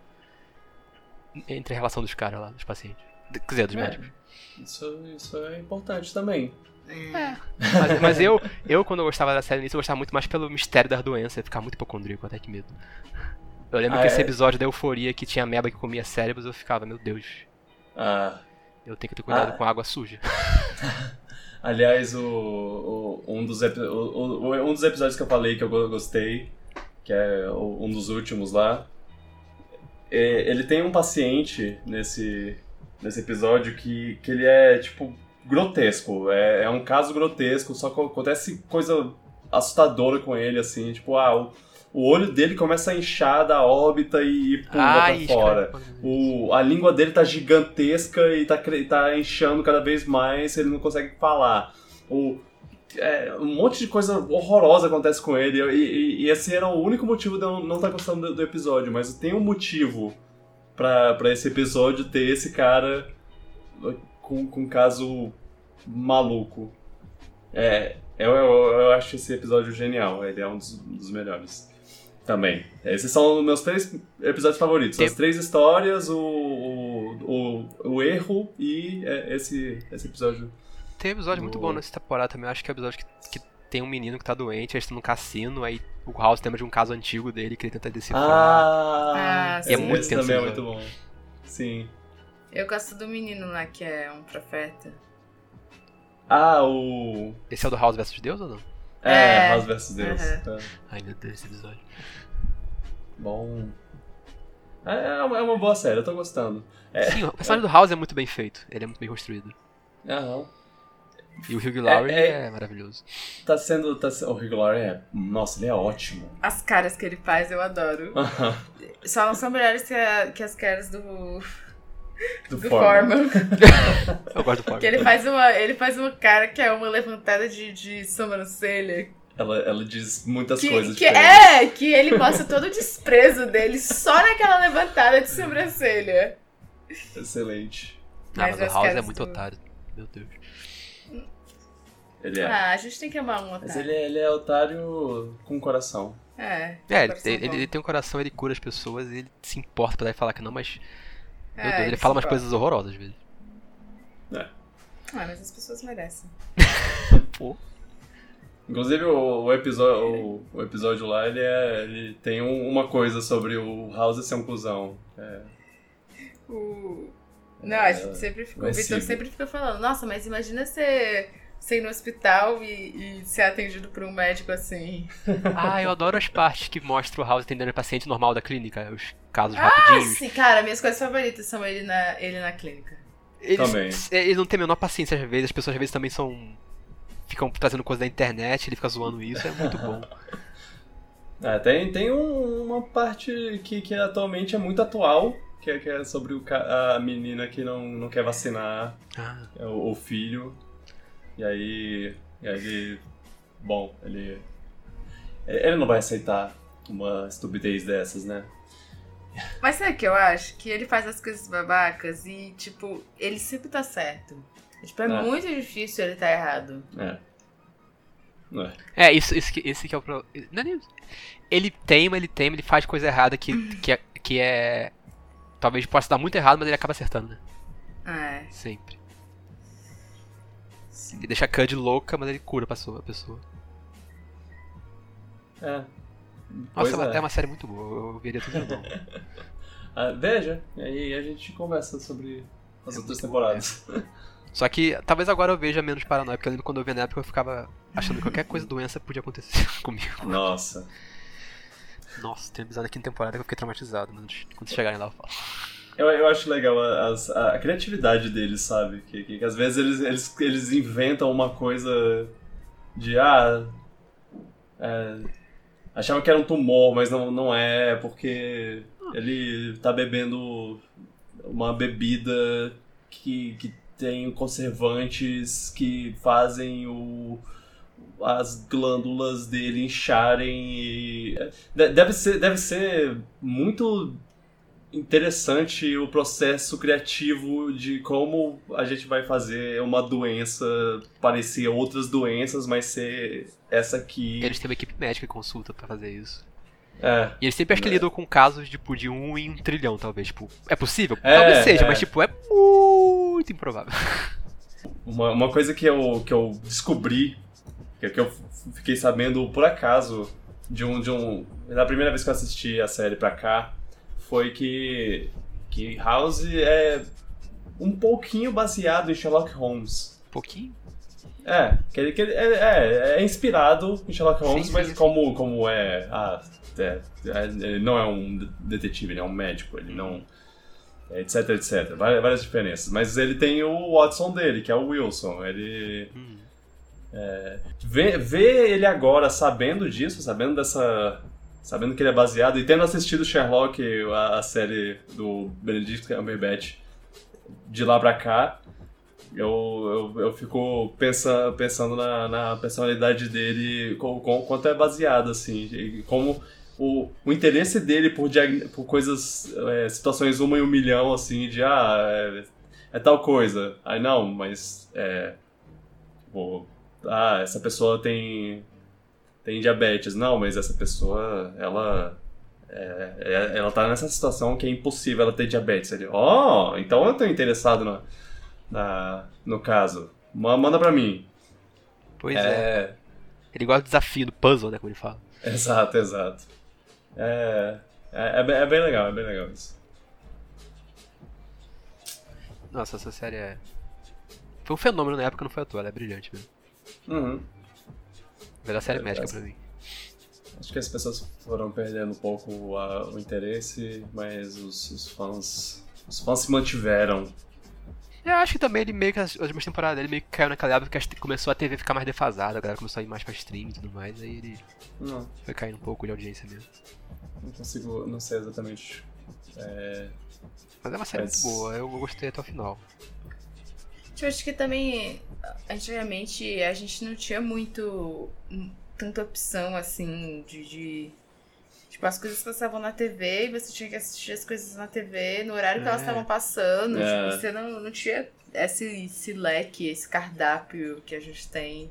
Speaker 2: Entre a relação dos caras lá, dos pacientes. De- Quer dizer, dos
Speaker 1: É.
Speaker 2: médicos.
Speaker 1: Isso, isso é importante também.
Speaker 3: É.
Speaker 2: Mas, mas eu, eu, quando eu gostava da série nisso, eu gostava muito mais pelo mistério das doenças, eu ficava muito hipocondríaco, até que medo. Eu lembro
Speaker 1: Ah,
Speaker 2: que esse
Speaker 1: é.
Speaker 2: episódio da euforia que tinha a meba que comia cérebros, eu ficava, meu Deus,
Speaker 1: Ah.
Speaker 2: eu tenho que ter cuidado
Speaker 1: Ah.
Speaker 2: com água suja.
Speaker 1: Aliás, o, o- um, dos epi- o- o- um dos episódios que eu falei que eu go- gostei, que é o- um dos últimos lá, é- ele tem um paciente nesse, nesse episódio que, que ele é, tipo, grotesco. É, é um caso grotesco, só que acontece coisa assustadora com ele, assim, tipo, ah, o, o olho dele começa a inchar da órbita e, e pula
Speaker 2: Ai,
Speaker 1: pra tá fora.
Speaker 2: escreve-
Speaker 1: O, a língua dele tá gigantesca e tá, cre- tá inchando cada vez mais, ele não consegue falar. O, é, um monte de coisa horrorosa acontece com ele. E, e- e esse era o único motivo de eu não estar gostando do, do episódio. Mas tem um motivo pra, pra esse episódio ter esse cara com, com um caso maluco. É, eu, eu, eu acho esse episódio genial. Ele é um dos, dos melhores. Também. Esses são os meus três episódios favoritos.
Speaker 2: Tem-
Speaker 1: As três histórias, o, o, o, o erro e é, esse, esse episódio.
Speaker 2: Tem um episódio muito
Speaker 1: No-
Speaker 2: bom nessa temporada também. eu Acho que é o episódio que, que tem um menino que tá doente, eles estão num cassino, aí o House lembra de um caso antigo dele que ele tenta decifrar.
Speaker 1: Ah,
Speaker 3: Tipo, Ah,
Speaker 1: esse-
Speaker 2: é muito
Speaker 1: esse também é muito
Speaker 2: tenso,
Speaker 1: bom. Sim.
Speaker 3: Eu gosto do menino lá que é um profeta.
Speaker 1: Ah, o.
Speaker 2: Esse é o do House vs Deus ou não?
Speaker 1: É,
Speaker 3: É.
Speaker 1: House vs. Deus.
Speaker 3: Aham.
Speaker 1: É.
Speaker 2: Ai meu Deus, esse episódio.
Speaker 1: Bom. É, é uma é uma boa série, eu tô gostando. É.
Speaker 2: Sim, o personagem do House é muito bem feito. Ele é muito bem construído.
Speaker 1: Aham.
Speaker 2: E o Hugh Laurie
Speaker 1: É,
Speaker 2: é,
Speaker 1: é-
Speaker 2: maravilhoso.
Speaker 1: Tá sendo. Tá, se- o regular é. Nossa, ele é ótimo.
Speaker 3: As caras que ele faz, eu adoro.
Speaker 1: Aham.
Speaker 3: Só não são melhores que, a- que as caras do,
Speaker 1: Do,
Speaker 3: do
Speaker 1: Foreman.
Speaker 3: Foreman.
Speaker 2: Eu gosto do Foreman.
Speaker 3: Que ele faz uma, ele faz uma cara que é uma levantada de, de sobrancelha.
Speaker 1: Ela, ela diz muitas
Speaker 3: Que,
Speaker 1: coisas.
Speaker 3: que
Speaker 1: diferentes.
Speaker 3: é, que ele mostra todo o desprezo dele só naquela levantada de sobrancelha.
Speaker 1: Excelente.
Speaker 2: Ah,
Speaker 3: Mas
Speaker 2: mas o
Speaker 3: as
Speaker 2: House é
Speaker 3: caras
Speaker 2: muito
Speaker 3: do-
Speaker 2: otário. Meu Deus.
Speaker 1: Ele é.
Speaker 3: Ah, a gente tem que amar um
Speaker 1: Mas
Speaker 3: otário.
Speaker 1: ele, é- ele é otário com coração.
Speaker 3: É,
Speaker 2: É, ele,
Speaker 3: coração
Speaker 2: ele-
Speaker 3: bom.
Speaker 2: ele tem um coração, ele cura as pessoas e ele se importa pra dar e falar que não, mas.
Speaker 3: É,
Speaker 2: Meu Deus, ele
Speaker 3: se
Speaker 2: fala umas
Speaker 3: importa.
Speaker 2: coisas horrorosas às vezes.
Speaker 3: Ah, mas as pessoas merecem.
Speaker 2: Pô.
Speaker 1: Inclusive, o, o episódio, o, o episódio lá, ele, é, ele tem um- uma coisa sobre o House ser um cuzão. É,
Speaker 3: O- Não, a gente
Speaker 1: É,
Speaker 3: sempre fica, o
Speaker 1: agressivo.
Speaker 3: Vitor sempre fica falando, nossa, mas imagina você, você ir no hospital e, e ser atendido por um médico assim.
Speaker 2: Ah, eu adoro as partes que mostra o House atendendo o paciente normal da clínica, os casos rapidinhos.
Speaker 3: Assim, cara, minhas coisas favoritas são ele na, ele na clínica.
Speaker 2: Eles,
Speaker 1: Também.
Speaker 2: É, eles não têm a menor paciência às vezes, as pessoas às vezes também são. ficam trazendo coisa da internet, ele fica zoando isso, é muito bom.
Speaker 1: Ah, tem tem um- uma parte que, que atualmente é muito atual, que é, que é sobre o ca- a menina que não, não quer vacinar é
Speaker 2: Ah,
Speaker 1: o, o filho. E aí, e aí ele. Bom, ele. Ele não vai aceitar uma estupidez dessas, né?
Speaker 3: Mas sabe o que eu acho? Que ele faz as coisas babacas e, tipo, ele sempre tá certo. Tipo, é,
Speaker 1: É.
Speaker 3: muito difícil ele tá errado.
Speaker 1: É. Não é.
Speaker 2: É, isso, isso que, esse que é o problema. Não é nem... Ele teima, ele teima, ele faz coisa errada que, que, é, que é. Talvez possa dar muito errado, mas ele acaba acertando, né?
Speaker 3: É.
Speaker 2: Sempre. Ele deixa a Cud louca, mas ele cura a pessoa. A pessoa.
Speaker 1: É.
Speaker 2: Nossa, é
Speaker 1: Pois
Speaker 2: uma- é uma série muito boa, eu veria tudo de novo.
Speaker 1: Ah, veja, e aí a gente conversa sobre as
Speaker 2: É
Speaker 1: outras
Speaker 2: muito bom,
Speaker 1: temporadas.
Speaker 2: Só que talvez agora eu veja menos paranoia, porque eu lembro quando eu via na época eu ficava achando que qualquer coisa doença podia acontecer comigo.
Speaker 1: é. Nossa.
Speaker 2: Nossa, tem um episódio da quinta temporada que eu fiquei traumatizado, mas quando vocês chegarem lá eu falo.
Speaker 1: Eu, eu acho legal a, as- a- a criatividade deles, sabe? Que, que- que às vezes eles, eles, eles inventam uma coisa de ah. é, achava que era um tumor, mas não, não é, porque ele tá bebendo uma bebida que, que tem conservantes que fazem o. As glândulas dele incharem e. é, de- Deve ser, deve ser muito interessante o processo criativo de como a gente vai fazer uma doença parecer outras doenças, mas ser essa aqui.
Speaker 2: Eles têm uma equipe médica que consulta pra fazer isso.
Speaker 1: É.
Speaker 2: E eles sempre acho que
Speaker 1: É.
Speaker 2: lidam com casos tipo de um em um trilhão, talvez. Tipo, é possível?
Speaker 1: É,
Speaker 2: talvez seja,
Speaker 1: é.
Speaker 2: mas tipo, é muito improvável.
Speaker 1: Uma, uma coisa que eu, que eu descobri, que, que eu f- fiquei sabendo por acaso, de um, de um. Na primeira vez que eu assisti a série pra cá, foi que. que House é um pouquinho baseado em Sherlock Holmes.
Speaker 2: Um pouquinho.
Speaker 1: É, que ele, que ele- é, é, é inspirado em Sherlock Holmes,
Speaker 2: Sim, sim,
Speaker 1: mas
Speaker 2: sim.
Speaker 1: como, como é, ah, é, é, Ele não é um de- detetive, ele é um médico, ele não. é, etc, etc. Várias, várias diferenças. Mas ele tem o Watson dele, que é o Wilson. Ele.
Speaker 2: Hum.
Speaker 1: Ver ver ele agora sabendo disso, sabendo dessa. Sabendo que ele é baseado e tendo assistido Sherlock, a, a série do Benedict Cumberbatch, de lá pra cá, Eu, eu, eu fico pensa, pensando na, na personalidade dele, com, com, quanto é baseado, assim, e como o, o interesse dele por, diagn- por coisas, é, situações uma em um milhão, assim, de ah, é, é tal coisa. Aí não, mas é. Tipo, ah, essa pessoa tem. tem diabetes. Não, mas essa pessoa, ela. é, é, ela tá nessa situação que é impossível ela ter diabetes. Ele, ó, então eu tô interessado na, na- Ah, no caso. Ma- Manda pra mim.
Speaker 2: Pois é. Ele gosta do desafio, do puzzle, né? Como ele fala.
Speaker 1: Exato, exato. É, é, é bem- é bem legal, é bem legal isso.
Speaker 2: Nossa, essa série é. Foi um fenômeno na época, não foi à toa, ela é brilhante mesmo.
Speaker 1: Uhum.
Speaker 2: Melhor série
Speaker 1: É
Speaker 2: médica pra
Speaker 1: verdade.
Speaker 2: mim.
Speaker 1: Acho que as pessoas foram perdendo um pouco a- o interesse, mas os, os fãs. Os fãs se mantiveram.
Speaker 2: Eu acho que também ele meio que as as últimas temporadas dele meio que caiu naquela época que as- começou a TV ficar mais defasada, a galera começou a ir mais pra stream e tudo mais, aí ele
Speaker 1: Não,
Speaker 2: foi caindo um pouco de audiência mesmo.
Speaker 1: não consigo. Não sei exatamente. É,
Speaker 2: Mas é uma série
Speaker 1: Mas-
Speaker 2: muito boa, eu gostei até o final.
Speaker 3: Eu acho que também, antigamente, a gente não tinha muito. hum, tanta opção assim de. de- Tipo, as coisas passavam na TV e você tinha que assistir as coisas na TV no horário que elas
Speaker 2: É.
Speaker 3: estavam passando.
Speaker 1: É.
Speaker 3: Tipo, você não, não tinha esse, esse leque, esse cardápio que a gente tem.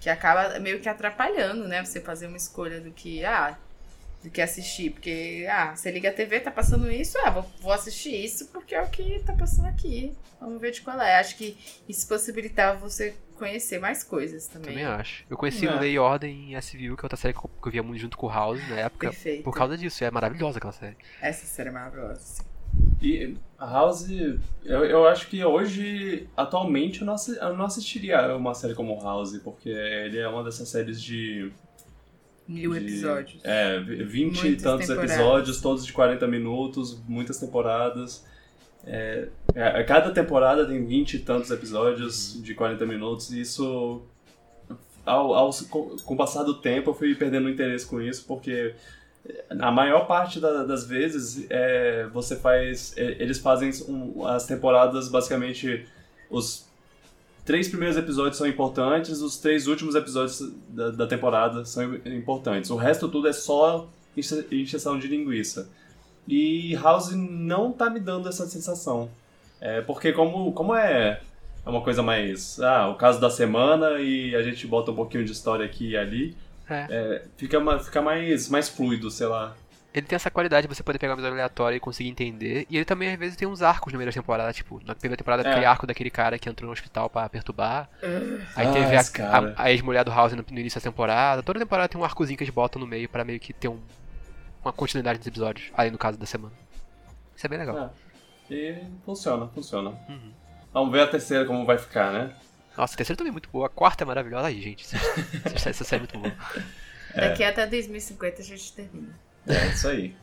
Speaker 3: Que acaba meio que atrapalhando, né? Você fazer uma escolha do que. Ah, do que assistir. Porque, ah, você liga a TV, tá passando isso, ah, vou, vou assistir isso porque é o que tá passando aqui. Vamos ver de qual é. Acho que isso possibilitava você conhecer mais coisas também.
Speaker 2: Também acho. Eu conheci
Speaker 1: É.
Speaker 2: o Lei e Ordem em SVU, que é outra série que eu que eu via muito junto com o House na época,
Speaker 3: Perfeito.
Speaker 2: por causa disso. É maravilhosa aquela série.
Speaker 3: Essa série é maravilhosa.
Speaker 1: e a House. Eu, eu acho que hoje, atualmente, eu não, assi- eu não assistiria uma série como House, porque ele é uma dessas séries de.
Speaker 3: Mil
Speaker 1: de-
Speaker 3: episódios.
Speaker 1: É, vi- vinte e
Speaker 3: Muitas
Speaker 1: tantos
Speaker 3: temporadas.
Speaker 1: episódios, todos de 40 minutos, muitas temporadas. É, é, cada temporada tem vinte e tantos episódios de 40 minutos, e isso. Ao, ao- com com o passar do tempo, eu fui perdendo interesse com isso, porque a maior parte da- das vezes é, você faz. e- Eles fazem um- as temporadas basicamente. Os três primeiros episódios são importantes, os três últimos episódios da, da temporada são importantes. O resto tudo é só enche- encheção de linguiça. E House não tá me dando essa sensação. É, porque como, como é, é uma coisa mais. Ah, o caso da semana e a gente bota um pouquinho de história aqui e ali
Speaker 2: É.
Speaker 1: fica, ma- fica mais, mais fluido, sei lá.
Speaker 2: Ele tem essa qualidade de você poder pegar uma visão aleatória e conseguir entender. E ele também, às vezes, tem uns arcos no meio da temporada. Tipo, na primeira temporada,
Speaker 1: É.
Speaker 2: aquele arco daquele cara que entrou no hospital pra perturbar.
Speaker 3: Ah,
Speaker 2: Aí
Speaker 1: Ah,
Speaker 2: teve a,
Speaker 1: esse cara.
Speaker 2: a- a ex-mulher do House no, no início da temporada. Toda temporada tem um arcozinho que eles botam no meio pra meio que ter um- uma continuidade nos episódios. Além no caso da semana. Isso é bem legal.
Speaker 1: Ah, E funciona, funciona.
Speaker 2: Uhum.
Speaker 1: Vamos ver a terceira como vai ficar, né?
Speaker 2: Nossa, a terceira também é muito boa. A quarta é maravilhosa. Ai, gente, essa, essa série é muito boa.
Speaker 3: Daqui até 2050 a gente termina.
Speaker 1: É isso aí.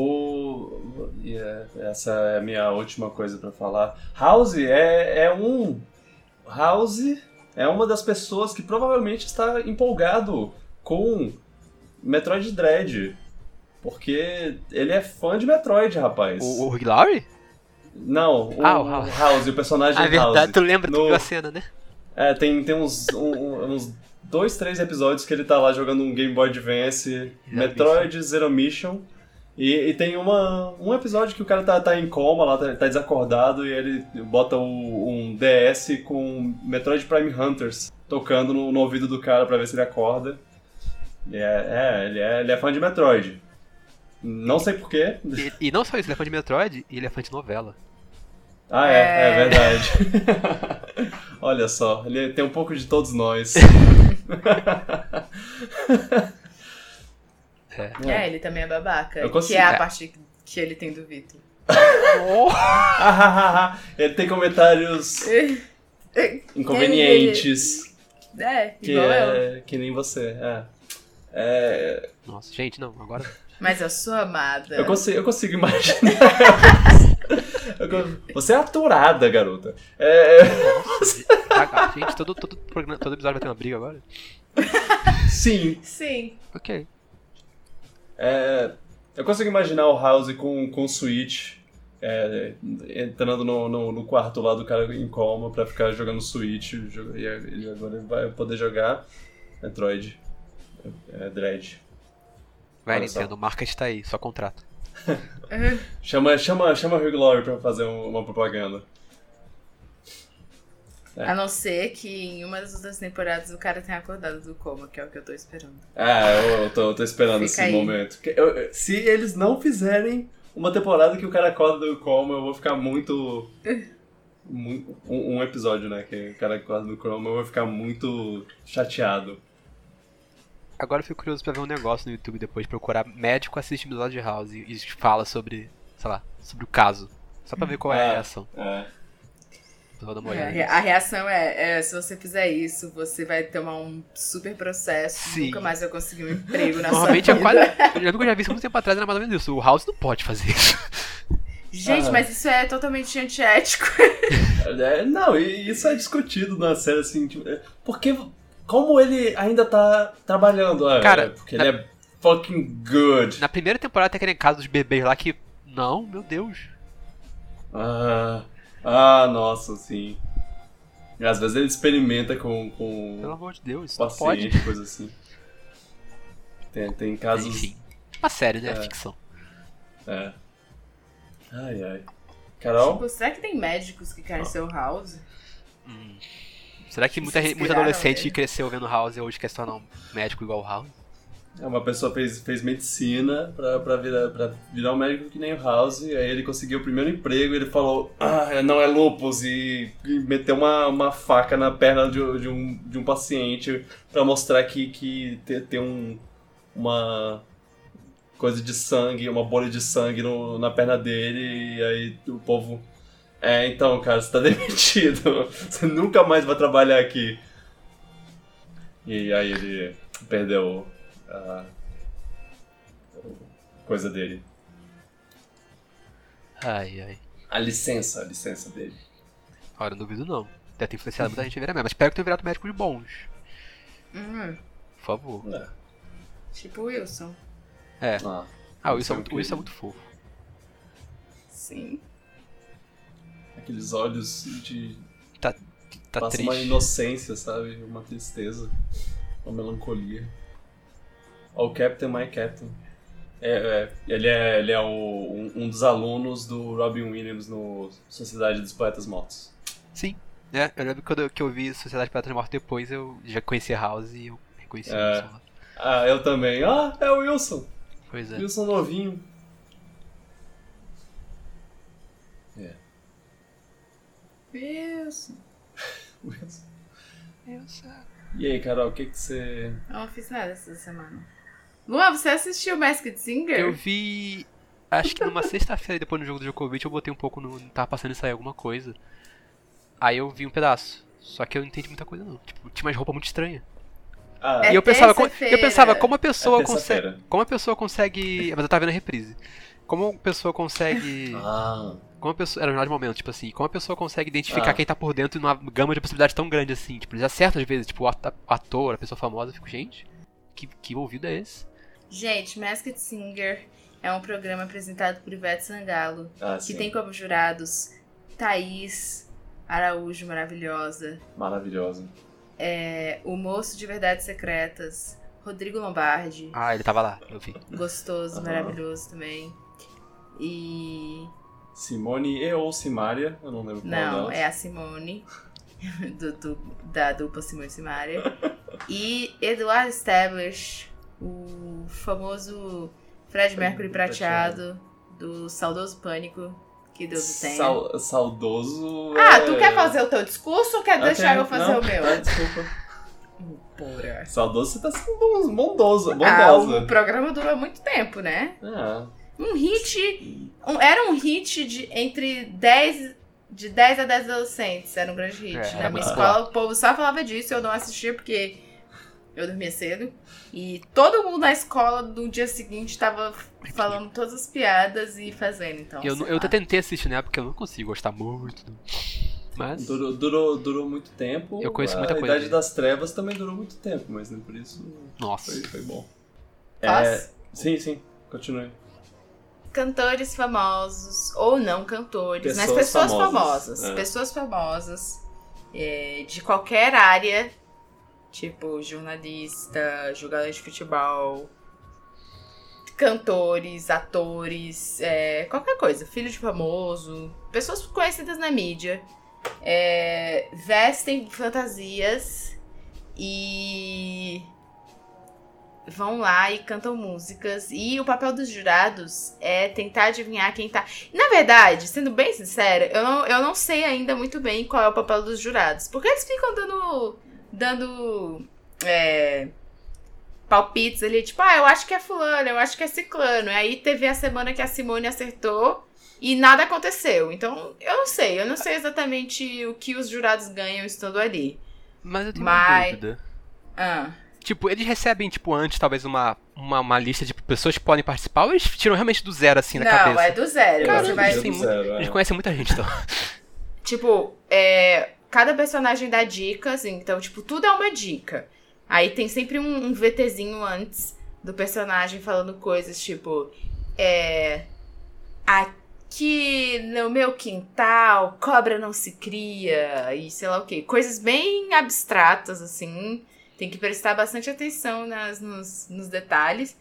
Speaker 1: O... e é- Essa é a minha última coisa pra falar. House é, é um. House é uma das pessoas que provavelmente está empolgado com Metroid Dread. Porque ele é fã de Metroid, rapaz.
Speaker 2: O, o Hugh Laurie?
Speaker 1: Não, o,
Speaker 2: Ah, o
Speaker 1: House.
Speaker 2: House.
Speaker 1: o personagem
Speaker 2: Ah, é
Speaker 1: House.
Speaker 2: verdade. Tu lembra,
Speaker 1: No-
Speaker 2: tu viu a cena, né?
Speaker 1: É, tem, tem uns, um- um- uns dois, três episódios que ele tá lá jogando um Game Boy Advance, Metroid Zero Mission. E, e tem uma, um episódio que o cara tá, tá em coma lá, tá, tá desacordado, e ele bota o- um DS com Metroid Prime Hunters tocando no, no ouvido do cara pra ver se ele acorda. E é, é, ele é, ele é fã de Metroid. Não sei porquê.
Speaker 2: E, e não só isso, ele é fã de Metroid e ele é fã de novela.
Speaker 1: Ah, é, é
Speaker 3: É.
Speaker 1: verdade. Olha só, ele tem um pouco de todos nós.
Speaker 2: É.
Speaker 3: É, ele também é babaca.
Speaker 1: Eu
Speaker 3: que
Speaker 1: consigo-
Speaker 3: é a
Speaker 2: é.
Speaker 3: parte que ele tem do Vitor.
Speaker 2: Oh!
Speaker 1: ele tem comentários inconvenientes.
Speaker 3: É,
Speaker 1: Que,
Speaker 3: igual eu.
Speaker 1: é, que nem você. É. É,
Speaker 2: Nossa, gente, não, agora.
Speaker 3: Mas eu sou amada.
Speaker 1: eu, consigo, eu consigo imaginar. Eu con- Você é aturada, garota. É,
Speaker 2: Ah, gente, todo, todo, programa, todo episódio vai ter uma briga agora?
Speaker 1: sim,
Speaker 3: Sim.
Speaker 2: Ok.
Speaker 1: É, eu consigo imaginar o House com, com o Switch é, entrando no, no, no, quarto lá do cara em coma pra ficar jogando Switch. E ele agora vai poder jogar Metroid. É, é Dread.
Speaker 2: Vai, Nintendo, o market tá aí, só contrata.
Speaker 1: chama, chama, chama Hugh Laurie pra fazer um, uma propaganda.
Speaker 3: É. A não ser que em uma das outras temporadas o cara tenha acordado do coma, que é o que eu tô esperando.
Speaker 1: Ah, eu tô, eu tô esperando esse aí. momento. Eu, se eles não fizerem uma temporada que o cara acorda do coma, eu vou ficar muito. muito um, um, episódio, né? Que o cara acorda do coma, eu vou ficar muito chateado.
Speaker 2: Agora eu fico curioso pra ver um negócio no YouTube depois, procurar médico assiste Milad House e, e fala sobre, sei lá, sobre o caso. Só pra ver qual é, é a reação.
Speaker 1: É.
Speaker 3: É, a reação é, é, se você fizer isso, você vai tomar um super processo. Sim. Nunca mais vai conseguir um emprego na
Speaker 2: Normalmente
Speaker 3: sua vida.
Speaker 2: é quase. Eu já vi isso muito tempo atrás, era mais ou menos isso. O House não pode fazer isso.
Speaker 3: Gente, ah. mas isso é totalmente antiético.
Speaker 1: É, não, e isso é discutido na série, assim, tipo, porque como ele ainda tá trabalhando,
Speaker 2: Cara,
Speaker 1: porque na... ele é fucking good.
Speaker 2: Na primeira temporada tem aquele caso dos bebês lá que, não, meu Deus.
Speaker 1: Ah... Ah, nossa, sim. Às vezes ele experimenta com. com
Speaker 2: Pelo amor de Deus, isso
Speaker 1: paciente,
Speaker 2: pode.
Speaker 1: coisa assim. Tem, tem casos.
Speaker 2: Enfim, uma série, né? É. Ficção.
Speaker 1: É. Ai, ai. Carol?
Speaker 3: Tipo, será que tem médicos que querem ah. ser o House? Hum.
Speaker 2: Será que muita, muita adolescente que cresceu vendo House e hoje quer se tornar um médico igual o House?
Speaker 1: É, uma pessoa fez, fez medicina pra, pra, virar, pra virar um médico que nem o House, aí ele conseguiu o primeiro emprego e ele falou, ah, não é lupus, e, e meteu uma, uma faca na perna de, de, um, de um paciente pra mostrar que, que tem, tem um, uma coisa de sangue, uma bolha de sangue no, na perna dele, e aí o povo, é, então, cara, você tá demitido, você nunca mais vai trabalhar aqui. E aí ele perdeu a Ah, coisa dele.
Speaker 2: Ai, ai.
Speaker 1: A licença, a licença dele.
Speaker 2: Ora, não duvido não. Deve ter influenciado muita gente virar mesmo. Mas espero que tenha virado médicos bons.
Speaker 3: Hum.
Speaker 2: Por favor.
Speaker 1: É.
Speaker 3: Tipo o Wilson.
Speaker 2: É. Ah, ah o Wilson, é muito, Wilson é muito fofo.
Speaker 3: Sim.
Speaker 1: Aqueles olhos de.
Speaker 2: Tá, tá
Speaker 1: Passa
Speaker 2: triste.
Speaker 1: uma inocência, sabe? Uma tristeza. Uma melancolia. O Captain My Captain. É, é, ele é, ele é o, um, um, dos alunos do Robin Williams no Sociedade dos Poetas Mortos.
Speaker 2: Sim, é, eu lembro quando eu, que eu vi Sociedade dos Poetas Mortos depois, eu já conheci House e eu reconheci
Speaker 1: é. o Wilson lá. Ah, eu também. Ah, é o Wilson!
Speaker 2: Pois é.
Speaker 1: Wilson novinho. É.
Speaker 3: Wilson.
Speaker 1: Wilson.
Speaker 3: Wilson.
Speaker 1: E aí, Carol, o que, que você.
Speaker 3: Eu não fiz nada essa semana. Luan, você assistiu Masked Singer?
Speaker 2: Eu vi. Acho que numa sexta-feira, depois do jogo do Djokovic, eu botei um pouco no. Tava passando e saiu alguma coisa. Aí eu vi um pedaço. Só que eu não entendi muita coisa, não. Tipo, tinha umas roupas muito estranhas.
Speaker 1: Ah,
Speaker 2: e
Speaker 3: é
Speaker 2: eu pensava, como,
Speaker 3: terça-feira.
Speaker 2: eu pensava como a pessoa
Speaker 1: É terça-feira.
Speaker 2: consegue. Como a pessoa consegue. Mas eu tava vendo a reprise. Como a pessoa consegue.
Speaker 1: Ah.
Speaker 2: Como a pessoa. Era um de momento, tipo assim, como a pessoa consegue identificar
Speaker 1: Ah.
Speaker 2: quem tá por dentro numa gama de possibilidades tão grande assim? Tipo, eles acertam às vezes, tipo, o at- ator, a pessoa famosa, eu fico, gente, que, que ouvido é esse?
Speaker 3: Gente, Masked Singer é um programa apresentado por Ivete Sangalo,
Speaker 1: Ah,
Speaker 3: que
Speaker 1: sim.
Speaker 3: tem como jurados Thaís Araújo, maravilhosa,
Speaker 1: Maravilhosa.
Speaker 3: é, o moço de Verdades Secretas, Rodrigo Lombardi,
Speaker 2: Ah, ele tava lá, eu vi.
Speaker 3: gostoso,
Speaker 1: Aham.
Speaker 3: maravilhoso também. E.
Speaker 1: Simone e ou Simária, eu não lembro qual
Speaker 3: Não,
Speaker 1: delas.
Speaker 3: é a Simone, do, do- da dupla Simone e Simaria. E Eduardo Stablish, o famoso Fred Mercury prateado, do Saudoso Pânico, que Deus o tenha.
Speaker 1: Sau- saudoso.
Speaker 3: Ah,
Speaker 1: é-
Speaker 3: tu quer fazer o teu discurso ou quer
Speaker 1: Ah,
Speaker 3: deixar
Speaker 1: tem-
Speaker 3: eu fazer
Speaker 1: não,
Speaker 3: o meu?
Speaker 1: ah, desculpa.
Speaker 3: Porra.
Speaker 1: Saudoso, você tá sendo bons- bondoso,
Speaker 3: Ah, o
Speaker 1: bondosa.
Speaker 3: programa durou muito tempo, né?
Speaker 1: Ah,
Speaker 3: Um hit. um- era um hit de entre 10. De 10 a 10 adolescentes. Era um grande hit.
Speaker 2: É, era
Speaker 3: Na minha
Speaker 2: muito
Speaker 3: escola, o povo só falava disso. Eu não assistia porque eu dormia cedo. E todo mundo na escola no dia seguinte tava falando todas as piadas e fazendo. Então,
Speaker 2: eu,
Speaker 3: sei
Speaker 2: não- eu
Speaker 1: ah.
Speaker 3: lá.
Speaker 2: até tentei assistir, né? Porque eu não consigo gostar muito. Mas.
Speaker 1: durou, durou, durou muito tempo.
Speaker 2: Eu conheço muita
Speaker 1: a
Speaker 2: coisa
Speaker 1: Idade
Speaker 2: dele.
Speaker 1: das Trevas também durou muito tempo, mas nem por isso
Speaker 2: Nossa.
Speaker 1: foi, foi bom.
Speaker 3: Posso?
Speaker 1: Sim, sim, continue.
Speaker 3: cantores famosos, ou não cantores, mas
Speaker 1: Pessoas
Speaker 3: pessoas
Speaker 1: famosas,
Speaker 3: famosas.
Speaker 1: é.
Speaker 3: Pessoas famosas é, de qualquer área, tipo jornalista, jogador de futebol, cantores, atores, é, qualquer coisa, filho de famoso, pessoas conhecidas na mídia, é, vestem fantasias e vão lá e cantam músicas. E o papel dos jurados é tentar adivinhar quem tá. Na verdade, sendo bem sincera, eu não, eu não sei ainda muito bem qual é o papel dos jurados. Porque eles ficam dando. dando. é, palpites ali, tipo, ah, eu acho que é fulano, eu acho que é ciclano. E aí teve a semana que a Simone acertou. E nada aconteceu. Então, eu não sei. Eu não sei exatamente o que os jurados ganham estando ali.
Speaker 2: Mas eu tenho
Speaker 3: Mas-
Speaker 2: uma dúvida.
Speaker 3: Ah.
Speaker 2: Tipo, eles recebem, tipo, antes, talvez, uma, uma, uma lista de pessoas que podem participar ou eles tiram realmente do zero, assim, na
Speaker 3: não,
Speaker 2: cabeça?
Speaker 3: é do zero.
Speaker 1: Eu acho
Speaker 3: Você
Speaker 1: que
Speaker 3: vai
Speaker 1: é do
Speaker 2: Sim, muito-
Speaker 1: zero, é.
Speaker 2: Eles conhecem muita gente, então.
Speaker 3: Tipo, é, cada personagem dá dicas, então, tipo, tudo é uma dica. Aí tem sempre um, um VTzinho antes do personagem falando coisas tipo. É. Aqui no meu quintal, cobra não se cria, e sei lá o quê. Coisas bem abstratas, assim. Tem que prestar bastante atenção nas, nos, nos detalhes.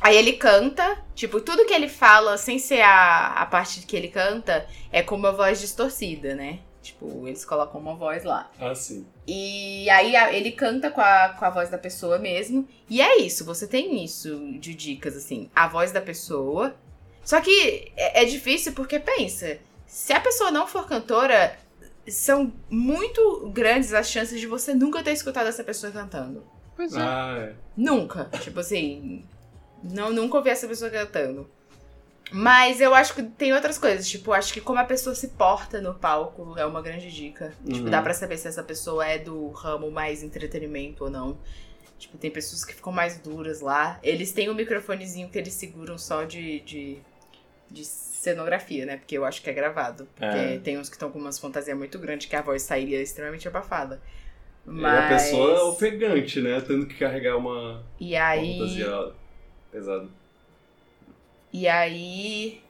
Speaker 3: Aí ele canta, tipo, tudo que ele fala, sem ser a, a parte que ele canta, é com uma voz distorcida, né? Tipo, eles colocam uma voz lá.
Speaker 1: Ah, sim.
Speaker 3: E aí a- ele canta com a, com a voz da pessoa mesmo. E é isso, você tem isso de dicas, assim, a voz da pessoa. Só que é, é difícil porque pensa, se a pessoa não for cantora, são muito grandes as chances de você nunca ter escutado essa pessoa cantando.
Speaker 2: Pois é.
Speaker 1: Ah, é.
Speaker 3: Nunca. Tipo assim. Não, nunca ouvi essa pessoa cantando. Mas eu acho que tem outras coisas. Tipo, acho que como a pessoa se porta no palco é uma grande dica. Tipo,
Speaker 1: Uhum.
Speaker 3: dá pra saber se essa pessoa é do ramo mais entretenimento ou não. Tipo, tem pessoas que ficam mais duras lá. Eles têm um microfonezinho que eles seguram só de, de, de cenografia, né? Porque eu acho que é gravado. Porque
Speaker 1: É.
Speaker 3: tem uns que estão com umas fantasias muito grandes que a voz sairia extremamente abafada.
Speaker 1: E
Speaker 3: Mas...
Speaker 1: a pessoa é ofegante, né? Tendo que carregar uma, uma
Speaker 3: E aí...
Speaker 1: fantasia pesada.
Speaker 3: E aí.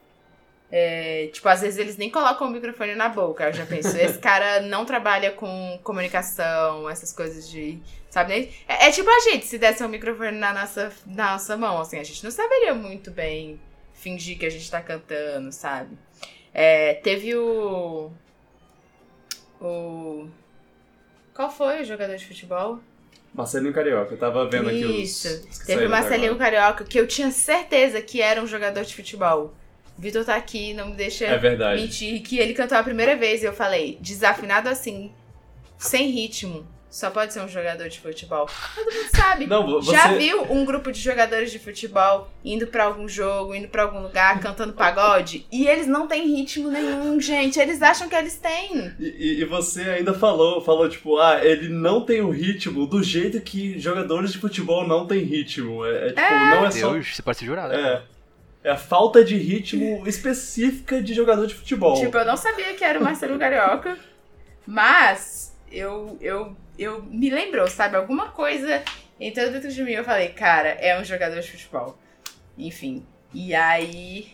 Speaker 3: é, tipo, às vezes eles nem colocam o microfone na boca. Eu já penso, esse cara não trabalha com comunicação, essas coisas de. Sabe? nem- É, é tipo a gente, se desse um microfone na nossa, na nossa mão, assim, a gente não saberia muito bem fingir que a gente tá cantando, sabe? É, teve o. O. Qual foi o jogador de futebol?
Speaker 1: Marcelinho Carioca, eu tava vendo aqui os-
Speaker 3: Isso.
Speaker 1: os. que
Speaker 3: Teve o
Speaker 1: saíram até
Speaker 3: Marcelinho
Speaker 1: agora.
Speaker 3: Carioca, que eu tinha certeza que era um jogador de futebol. Vitor tá aqui, não me deixa
Speaker 1: É verdade.
Speaker 3: mentir. Que ele cantou a primeira vez e eu falei, desafinado assim, sem ritmo, só pode ser um jogador de futebol. Todo mundo sabe.
Speaker 1: Não, vo- você.
Speaker 3: Já viu um grupo de jogadores de futebol indo pra algum jogo, indo pra algum lugar, cantando pagode? E eles não têm ritmo nenhum, gente. Eles acham que eles têm.
Speaker 1: E, e- e você ainda falou, falou tipo, ah, ele não tem o ritmo do jeito que jogadores de futebol não têm ritmo. É, é, tipo, não é
Speaker 2: Meu
Speaker 1: só.
Speaker 2: Deus, você pode né? ser jurado.
Speaker 1: É. É a falta de ritmo específica de jogador de futebol.
Speaker 3: Tipo, eu não sabia que era o Marcelo Carioca, mas eu, eu, eu me lembrou, sabe? Alguma coisa entrou dentro de mim. Eu falei, cara, é um jogador de futebol. Enfim. E aí,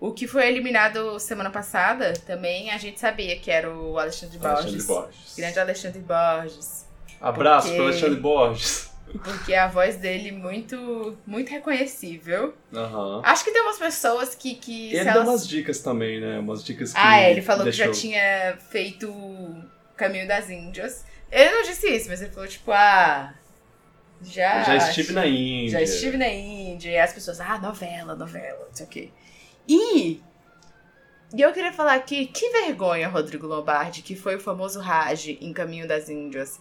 Speaker 3: o que foi eliminado semana passada também a gente sabia que era o Alexandre Borges.
Speaker 1: Alexandre Borges.
Speaker 3: Grande Alexandre Borges.
Speaker 1: Abraço
Speaker 3: porque-
Speaker 1: pro Alexandre Borges.
Speaker 3: Porque a voz dele muito muito reconhecível.
Speaker 1: Aham.
Speaker 3: Acho que tem umas pessoas que. que se
Speaker 1: Ele deu
Speaker 3: Ah, elas-
Speaker 1: umas dicas também, né? Umas dicas que.
Speaker 3: Ah, é, ele falou que já
Speaker 1: deixou-
Speaker 3: tinha feito o Caminho das Índias. Ele não disse isso, mas ele falou, tipo, ah. Já,
Speaker 1: Já estive na Índia.
Speaker 3: Já estive na Índia. E as pessoas, ah, novela, novela, não sei o quê. E. E eu queria falar aqui, que vergonha, Rodrigo Lombardi, que foi o famoso Raj em Caminho das Índias,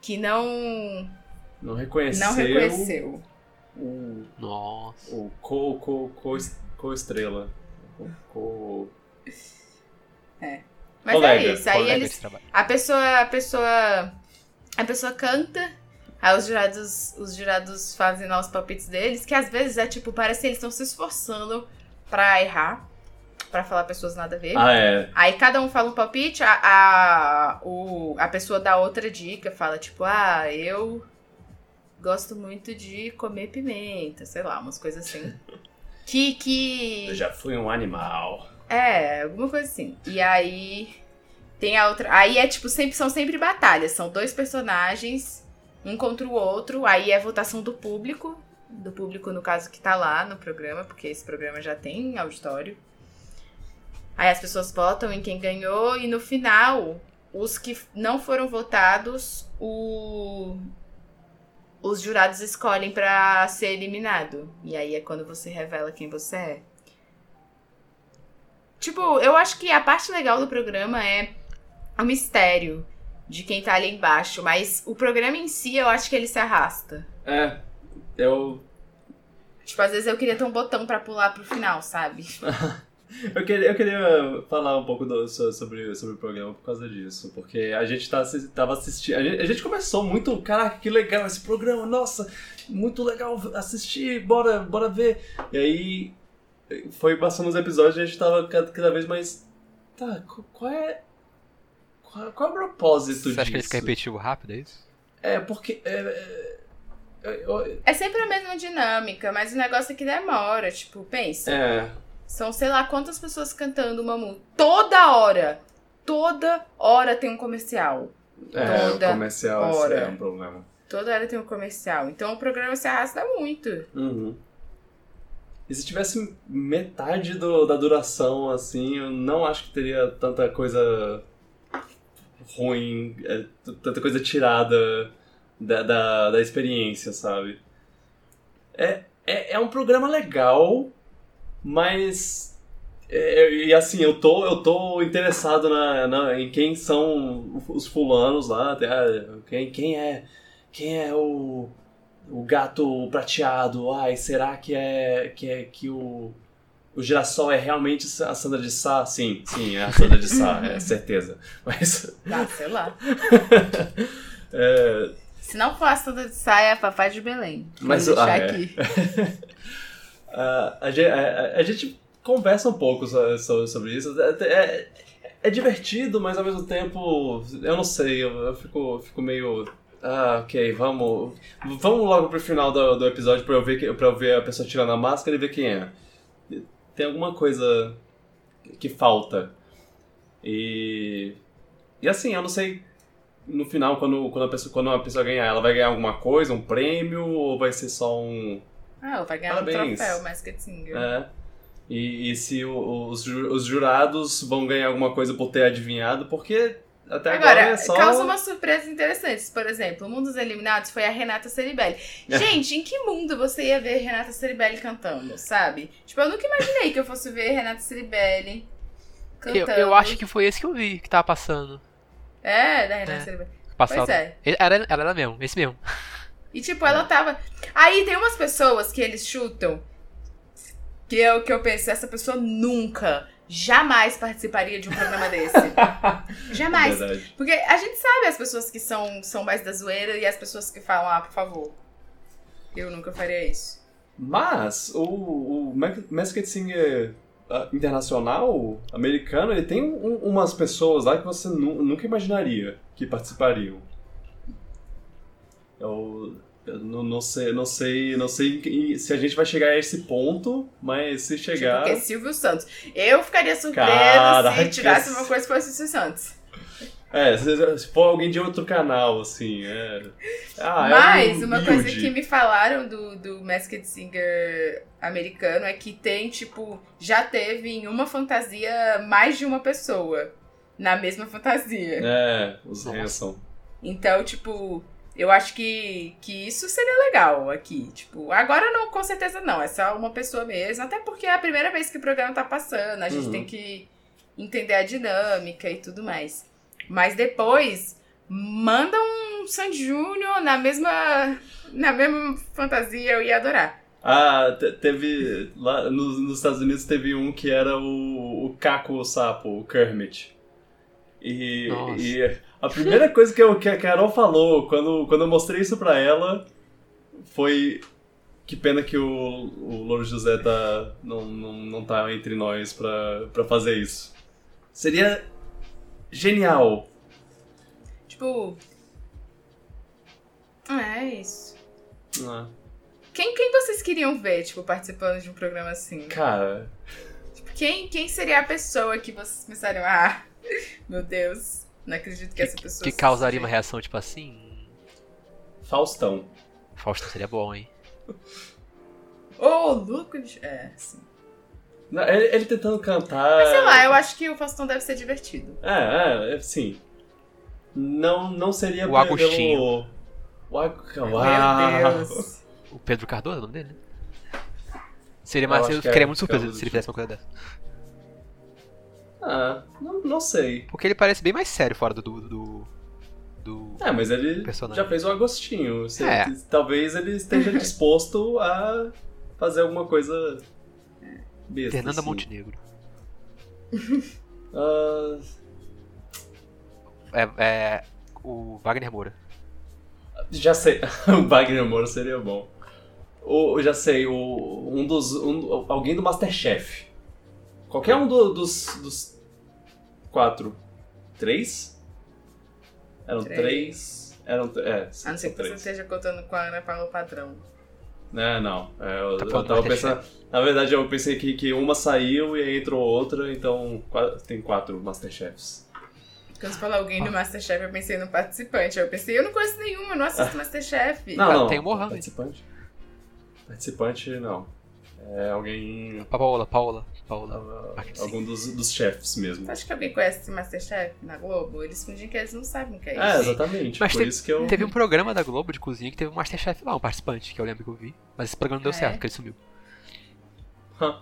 Speaker 3: que não,
Speaker 1: Não reconheceu.
Speaker 3: não reconheceu.
Speaker 1: O,
Speaker 2: Nossa.
Speaker 1: o co, co, co, co estrela. Co,
Speaker 3: Mas
Speaker 1: Colega,
Speaker 3: é isso, aí
Speaker 2: Colega
Speaker 3: eles
Speaker 2: de trabalho.
Speaker 3: A pessoa, a pessoa, a pessoa canta, aí os jurados, os jurados fazem lá os palpites deles, que às vezes é tipo, parece que eles estão se esforçando pra errar, pra falar pessoas nada a ver.
Speaker 1: Ah, é.
Speaker 3: Aí cada um fala um palpite, a, a, o, a pessoa dá outra dica, fala tipo, ah, eu gosto muito de comer pimenta, sei lá, umas coisas assim. Que, que...
Speaker 1: Eu já fui um animal.
Speaker 3: É, alguma coisa assim. E aí tem a outra. Aí é tipo, sempre, são sempre batalhas. São dois personagens, um contra o outro. Aí é votação do público. Do público, no caso, que tá lá no programa, porque esse programa já tem auditório. Aí as pessoas votam em quem ganhou, e no final, os que não foram votados, o... os jurados escolhem pra ser eliminado. E aí é quando você revela quem você é. Tipo, eu acho que a parte legal do programa é o mistério de quem tá ali embaixo, mas o programa em si eu acho que ele se arrasta.
Speaker 1: É, eu.
Speaker 3: Tipo, às vezes eu queria ter um botão pra pular pro final, sabe?
Speaker 1: Eu queria, eu queria falar um pouco do- so- sobre, sobre o programa por causa disso, porque a gente tá, assis- tava assistindo. A gente, a gente começou muito, caraca, que legal esse programa, nossa, muito legal assistir, bora, bora ver. E aí foi passando os episódios e a gente tava cada, cada vez mais. Tá, qu- qual é. Qual, qual é o propósito
Speaker 2: Você acha que ele
Speaker 1: disso?
Speaker 2: fica repetitivo rápido, é isso?
Speaker 1: É, porque. é, é, eu- eu-
Speaker 3: É sempre a mesma dinâmica, mas o negócio é que demora. Tipo, pensa.
Speaker 1: é,
Speaker 3: São sei lá quantas pessoas cantando Mamu. Toda hora! Toda hora tem um comercial.
Speaker 1: é, o
Speaker 3: Toda
Speaker 1: comercial esse
Speaker 3: hora.
Speaker 1: é um problema.
Speaker 3: Toda hora tem um comercial. Então o programa se arrasta muito.
Speaker 1: Uhum. E se tivesse metade do- da duração, assim, eu não acho que teria tanta coisa ruim, é, t- tanta coisa tirada da, da, da experiência, sabe? É, é, é um programa legal, mas. é, e assim, eu tô, eu tô interessado na, na- em quem são os fulanos lá, até, ah, quem, quem é. Quem é o o gato prateado, ai, será que é que, é, que o, o girassol é realmente a Sandra de Sá? Sim, sim, é a Sandra de Sá, é certeza. Mas
Speaker 3: Ah, sei lá.
Speaker 1: é,
Speaker 3: Se não for a Santa de Saia, é a Papai de Belém. Vou
Speaker 1: Mas o-
Speaker 3: deixar
Speaker 1: ah, é.
Speaker 3: aqui.
Speaker 1: a, Ah, a gen- a- a gente conversa um pouco so- so- sobre isso. É, é- é divertido, mas ao mesmo tempo, eu não sei, eu, eu fico, eu fico meio. Ah, ok, vamos. Vamos logo pro final do, do episódio pra eu, ver, que- pra eu ver a pessoa tirando a máscara e ver quem é. Tem alguma coisa que falta. E. E assim, eu não sei. No final, quando, quando, a pessoa, quando uma pessoa ganhar, ela vai ganhar alguma coisa, um prêmio, ou vai ser só um.
Speaker 3: Ah, vai ganhar um
Speaker 1: Parabéns.
Speaker 3: troféu, mais que single.
Speaker 1: É. E, e se o- os, ju- os jurados vão ganhar alguma coisa por ter adivinhado, porque até agora,
Speaker 3: Agora,
Speaker 1: é só.
Speaker 3: causa umas surpresas interessantes. Por exemplo, um dos eliminados foi a Renata Ceribelli.
Speaker 1: É.
Speaker 3: Gente, em que mundo você ia ver Renata Ceribelli cantando, sabe? Tipo, eu nunca imaginei que eu fosse ver Renata Ceribelli
Speaker 2: Eu,
Speaker 3: cantando.
Speaker 2: eu acho que foi esse que eu vi que tava passando.
Speaker 3: É, da Renata
Speaker 2: É.
Speaker 3: Ceribelli. Pois
Speaker 2: Passado.
Speaker 3: é.
Speaker 2: Era, era ela mesmo, esse mesmo.
Speaker 3: E tipo,
Speaker 2: É.
Speaker 3: ela tava. Aí tem umas pessoas que eles chutam que eu, que eu penso, essa pessoa nunca, jamais participaria de um programa desse. jamais.
Speaker 1: Verdade.
Speaker 3: Porque a gente sabe as pessoas que são, são mais da zoeira e as pessoas que falam, ah, por favor. Eu nunca faria isso.
Speaker 1: Mas o, o Ma- Masked Singer ah, internacional, americano, ele tem um- umas pessoas lá que você nu- nunca imaginaria que participariam. Eu, eu não, não sei, não sei, não sei em que- se a gente vai chegar a esse ponto, mas se chegar.
Speaker 3: Tipo, porque Silvio Santos. Eu ficaria surpresa se
Speaker 1: Caraca.
Speaker 3: tirasse uma coisa e fosse o Silvio Santos.
Speaker 1: É, se, se for alguém de outro canal, assim, é. Ah,
Speaker 3: Mas
Speaker 1: é um
Speaker 3: uma coisa
Speaker 1: humilde.
Speaker 3: que me falaram do, do Masked Singer americano é que tem, tipo, já teve em uma fantasia mais de uma pessoa na mesma fantasia.
Speaker 1: É, os
Speaker 2: Nossa.
Speaker 1: Hanson.
Speaker 3: Então, tipo, eu acho que, que isso seria legal aqui. Tipo, agora não, com certeza não. É só uma pessoa mesmo. Até porque é a primeira vez que o programa tá passando. A gente
Speaker 1: Uhum.
Speaker 3: tem que entender a dinâmica e tudo mais. Mas depois, manda um Sandy Júnior na mesma, na mesma fantasia. Eu ia adorar.
Speaker 1: Ah, te- teve. Lá no- nos Estados Unidos teve um que era o, o Caco o Sapo, o Kermit. E,
Speaker 2: Nossa.
Speaker 1: e a primeira coisa que, eu, que a Carol falou quando, quando eu mostrei isso pra ela foi. Que pena que o, o Louro José tá, não, não, não tá entre nós pra, pra fazer isso. Seria genial
Speaker 3: Tipo. É isso.
Speaker 1: Ah,
Speaker 3: Quem, quem vocês queriam ver, tipo, participando de um programa assim?
Speaker 1: Cara,
Speaker 3: Tipo, quem, quem seria a pessoa que vocês pensariam, ah, meu Deus, não acredito que essa pessoa.
Speaker 2: Que
Speaker 3: seja
Speaker 2: causaria uma reação tipo assim.
Speaker 1: Faustão.
Speaker 2: Faustão seria bom, hein?
Speaker 3: Ô, oh, Lucas. É, sim.
Speaker 1: Não, Ele, ele tentando cantar.
Speaker 3: Mas sei lá, eu acho que o Faustão deve ser divertido.
Speaker 1: É, é, é, sim. Não, não seria
Speaker 2: O
Speaker 1: pelo-
Speaker 2: Agostinho.
Speaker 1: O Ag... ah,
Speaker 3: Meu
Speaker 1: Uau.
Speaker 3: Deus.
Speaker 2: O Pedro Cardoso é o nome dele, né? Seria
Speaker 1: Eu
Speaker 2: mais.
Speaker 1: acho
Speaker 2: Eu
Speaker 1: que é
Speaker 2: ficaria muito
Speaker 1: Pedro
Speaker 2: surpreso
Speaker 1: Cardoso,
Speaker 2: se ele fizesse uma coisa dessa.
Speaker 1: Ah, não, não sei.
Speaker 2: Porque ele parece bem mais sério fora do. do. do- do-
Speaker 1: É, mas ele
Speaker 2: Personagem.
Speaker 1: já fez o Agostinho. Se-
Speaker 2: É.
Speaker 1: Talvez ele esteja disposto a fazer alguma coisa besta.
Speaker 2: É. Fernanda
Speaker 1: assim.
Speaker 2: Montenegro.
Speaker 1: Ah,
Speaker 2: É, é. O Wagner Moura.
Speaker 1: já sei. o Wagner Moura seria bom. Ou, já sei, o, um dos. um- alguém do Masterchef. Qualquer um do- dos, dos. Quatro. Três? Eram
Speaker 3: Três.
Speaker 1: três. Eram. tr- É,
Speaker 3: A não ser
Speaker 1: são
Speaker 3: que você
Speaker 1: três.
Speaker 3: esteja contando com a Ana Paula Padrão.
Speaker 1: É, não. É, eu,
Speaker 2: Tá
Speaker 1: eu
Speaker 2: falando
Speaker 1: tava
Speaker 2: do
Speaker 1: pensando. Na verdade, eu pensei que, que uma saiu e aí entrou outra, então qua- tem quatro Masterchefs.
Speaker 3: Quando você falou alguém do Masterchef, eu pensei no participante. Aí Eu pensei, eu não conheço nenhuma, eu não assisto Masterchef.
Speaker 1: Não,
Speaker 2: Ah,
Speaker 1: não.
Speaker 2: tem o Mohamed.
Speaker 1: Participante? Participante, não. É alguém.
Speaker 2: Paola, Paola, Paola. Marketing.
Speaker 1: Algum dos, dos chefes mesmo.
Speaker 3: Você acha que alguém conhece Masterchef na Globo? Eles fingem que eles não sabem o que é isso.
Speaker 1: É, exatamente.
Speaker 2: Mas
Speaker 1: Por
Speaker 2: tem-
Speaker 1: isso que eu.
Speaker 2: Teve um programa da Globo de cozinha que teve um Masterchef lá, um participante, que eu lembro que eu vi. Mas esse programa não deu
Speaker 3: Ah,
Speaker 2: certo,
Speaker 3: é?
Speaker 2: porque ele sumiu.
Speaker 1: Hã.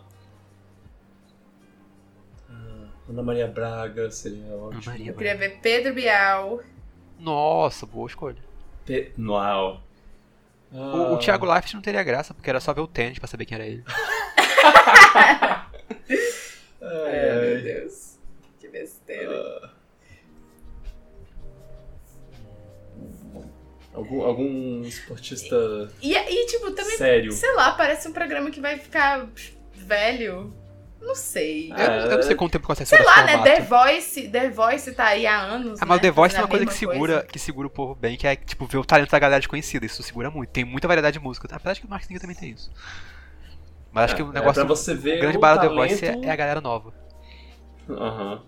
Speaker 1: Ah, Ana Maria Braga seria ótimo.
Speaker 2: Ana Maria
Speaker 3: Eu queria ver Pedro Bial.
Speaker 2: Nossa, boa escolha.
Speaker 1: Pe... Uau.
Speaker 2: O, o
Speaker 1: Ah,
Speaker 2: Thiago Leifert não teria graça, porque era só ver o tênis pra saber quem era ele.
Speaker 1: ai,
Speaker 3: É,
Speaker 1: ai. Ah.
Speaker 3: meu Deus. Que besteira.
Speaker 1: Algum, algum esportista
Speaker 3: E, e, tipo, também,
Speaker 1: sério.
Speaker 3: sei lá, parece um programa que vai ficar velho. Não sei.
Speaker 1: Ah,
Speaker 2: eu, eu não sei quanto tempo que eu
Speaker 3: sei lá, né? The Voice, The Voice tá aí há anos.
Speaker 2: Ah, mas o The
Speaker 3: né,
Speaker 2: Voice tem
Speaker 3: fazendo
Speaker 2: uma coisa
Speaker 3: a
Speaker 2: que
Speaker 3: mesma
Speaker 2: segura, que segura o povo bem, que é, tipo, ver o talento da galera desconhecida. Isso segura muito. Tem muita variedade de música. Apesar de que o marketing também tem isso. Mas acho que o
Speaker 1: É,
Speaker 2: negócio.
Speaker 1: pra você ver
Speaker 2: o grande
Speaker 1: o
Speaker 2: barato do The
Speaker 1: talento...
Speaker 2: Voice é, é a galera nova.
Speaker 1: Aham.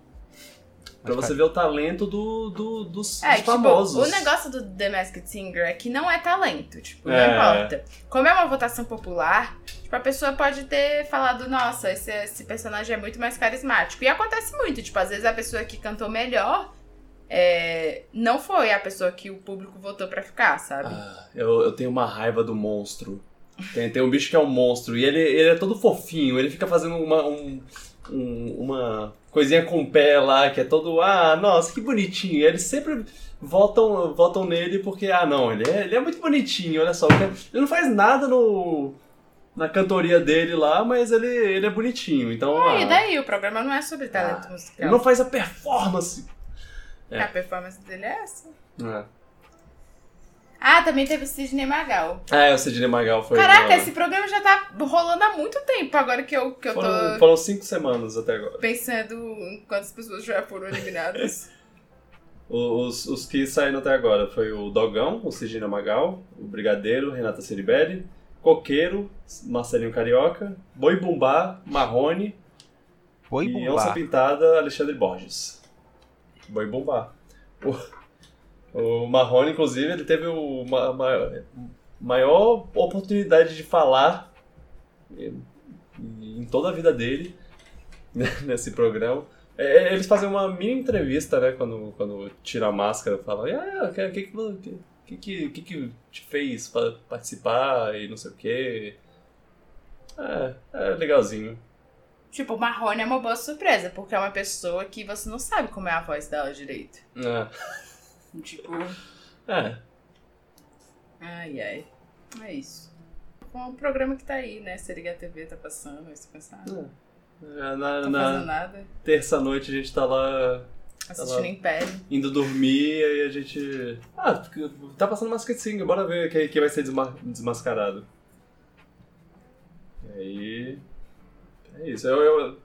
Speaker 1: Pra
Speaker 2: Mas
Speaker 1: você
Speaker 2: faz-
Speaker 1: ver o talento do, do- dos,
Speaker 3: É,
Speaker 1: dos
Speaker 3: tipo,
Speaker 1: famosos.
Speaker 3: o negócio do The Masked Singer é que não é talento, tipo,
Speaker 1: É.
Speaker 3: não importa. Como é uma votação popular, tipo, a pessoa pode ter falado, nossa, esse, esse personagem é muito mais carismático. E acontece muito, tipo, às vezes a pessoa que cantou melhor é, não foi a pessoa que o público votou pra ficar, sabe?
Speaker 1: Ah, eu, eu tenho uma raiva do monstro. Tem, tem um bicho que é um monstro e ele, ele é todo fofinho, ele fica fazendo uma, um- um- uma coisinha com o pé lá, que é todo. Ah, nossa, que bonitinho. E eles sempre votam, votam nele porque, ah, não, ele é, ele é muito bonitinho, olha só. Ele não faz nada no. Na cantoria dele lá, mas ele, ele é bonitinho, então.
Speaker 3: e
Speaker 1: ah,
Speaker 3: daí, o programa não é sobre talento
Speaker 1: ele
Speaker 3: musical.
Speaker 1: não faz a performance. é.
Speaker 3: A performance dele é essa.
Speaker 1: É.
Speaker 3: Ah, também teve o Sidney Magal.
Speaker 1: Ah, é, o Sidney Magal foi.
Speaker 3: Caraca,
Speaker 1: uma-
Speaker 3: esse programa já tá rolando há muito tempo, agora que eu, que eu tô...
Speaker 1: foram, um foram cinco semanas até agora.
Speaker 3: pensando em quantas pessoas já foram eliminadas.
Speaker 1: O- Os, os que saíram até agora foi o Dogão, o Sigina Magal, o Brigadeiro, Renata Ciribelli, Coqueiro, Marcelinho Carioca, Boi Bumbá, Marrone
Speaker 2: Foi
Speaker 1: e
Speaker 2: bom
Speaker 1: Onça
Speaker 2: lá.
Speaker 1: Pintada, Alexandre Borges. Boi Bumbá. O, o Marrone, inclusive, ele teve o ma- ma- maior oportunidade de falar em, em toda a vida dele né, nesse programa. É, eles fazem uma mini entrevista, né? Quando, quando tira a máscara, fala, ah, o que, que, que, que, que, que que te fez pa- participar e não sei o quê. É, é legalzinho.
Speaker 3: tipo, o Marrone é uma boa surpresa, porque é uma pessoa que você não sabe como é a voz dela direito.
Speaker 1: É.
Speaker 3: Tipo,
Speaker 1: É.
Speaker 3: ai ai. É isso. É um programa que tá aí, né? Seriga TV tá passando, isso pensar. Não
Speaker 1: É, Na,
Speaker 3: tô
Speaker 1: na
Speaker 3: Tá fazendo nada.
Speaker 1: terça-noite a gente tá lá
Speaker 3: Assistindo Império.
Speaker 1: indo dormir e a gente. Ah, tá passando Masked Singer, bora ver quem, quem vai ser desma- desmascarado. E aí. É isso. Eu, eu,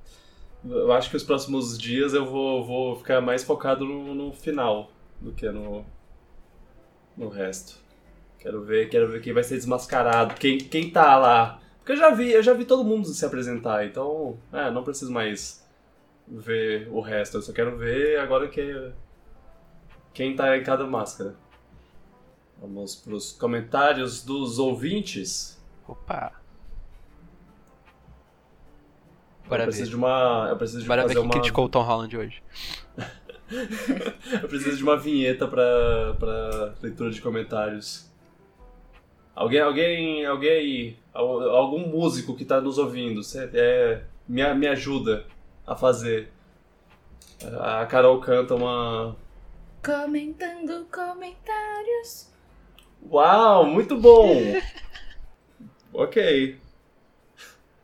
Speaker 1: eu acho que os próximos dias eu vou, vou ficar mais focado no, no final do que no, no resto. Porque Quero ver, quero ver quem vai ser desmascarado, quem, quem tá lá. Porque eu já vi, eu já vi todo mundo se apresentar, então, é, não preciso mais ver o resto. Eu só quero ver agora que quem tá em cada máscara. Vamos pros comentários dos ouvintes.
Speaker 2: Opa.
Speaker 1: eu
Speaker 2: Bora
Speaker 1: preciso
Speaker 2: ver.
Speaker 1: de uma, eu preciso de
Speaker 2: Bora ver
Speaker 1: fazer
Speaker 2: quem
Speaker 1: uma
Speaker 2: é criticou o Tom Holland hoje.
Speaker 1: Eu preciso de uma vinheta pra, pra leitura de comentários. Alguém, alguém, alguém aí, al- algum músico que tá nos ouvindo, cê, é, me, a- me ajuda a fazer. A Carol canta uma.
Speaker 3: Comentando comentários.
Speaker 1: Uau, muito bom! ok.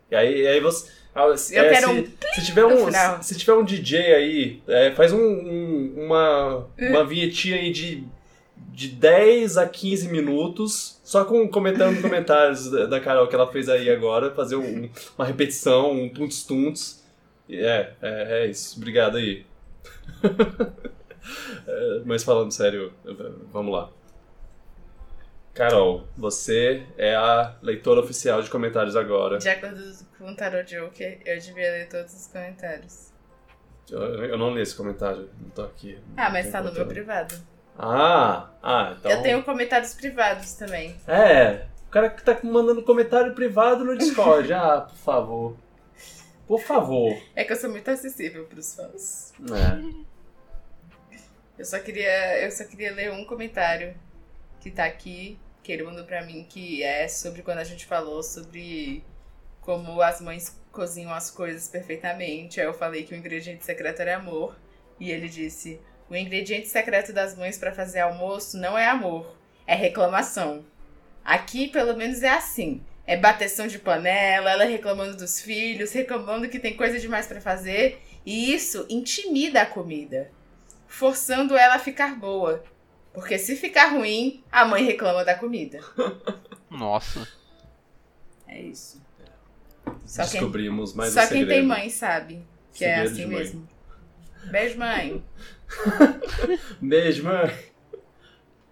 Speaker 1: E aí, e aí você. ah, Se,
Speaker 3: Eu quero
Speaker 1: se,
Speaker 3: um
Speaker 1: se tiver
Speaker 3: no
Speaker 1: um
Speaker 3: final.
Speaker 1: se, se tiver um DJ aí, é, faz um, um- uma,
Speaker 3: Hum.
Speaker 1: uma vinhetinha aí de, de 10 a 15 minutos, só com comentando comentários da, da Carol que ela fez aí agora, fazer um- uma repetição, um tuntos-tuntos. É, é, é isso. Obrigado aí. É, mas falando sério, vamos lá. Carol, você é a leitora oficial de comentários agora.
Speaker 3: De acordo com o Tarot Joker, eu devia ler todos os comentários.
Speaker 1: Eu, eu não li esse comentário, não tô aqui.
Speaker 3: Ah,
Speaker 1: Não
Speaker 3: mas
Speaker 1: tô
Speaker 3: tá no meu
Speaker 1: encontrando.
Speaker 3: privado.
Speaker 1: Ah, ah, então.
Speaker 3: Eu tenho comentários privados também.
Speaker 1: É, o cara que tá mandando comentário privado no Discord. ah, por favor. Por favor.
Speaker 3: É que eu sou muito acessível pros fãs.
Speaker 1: É.
Speaker 3: Eu só queria, eu só queria ler um comentário que tá aqui, que ele mandou pra mim, que é sobre quando a gente falou sobre como as mães cozinham as coisas perfeitamente. Aí eu falei que o ingrediente secreto era amor. E ele disse: O ingrediente secreto das mães pra fazer almoço não é amor, é reclamação. Aqui, pelo menos, é assim. É bateção de panela, ela reclamando dos filhos, reclamando que tem coisa demais pra fazer. E isso intimida a comida forçando ela a ficar boa. Porque se ficar ruim, a mãe reclama da comida.
Speaker 2: Nossa.
Speaker 3: É isso. Só quem-
Speaker 1: Descobrimos mais
Speaker 3: Só
Speaker 1: um
Speaker 3: quem
Speaker 1: segredo.
Speaker 3: tem mãe sabe que é
Speaker 1: Segredo
Speaker 3: assim
Speaker 1: de mãe.
Speaker 3: mesmo. Beijo, mãe.
Speaker 1: Beijo, mãe.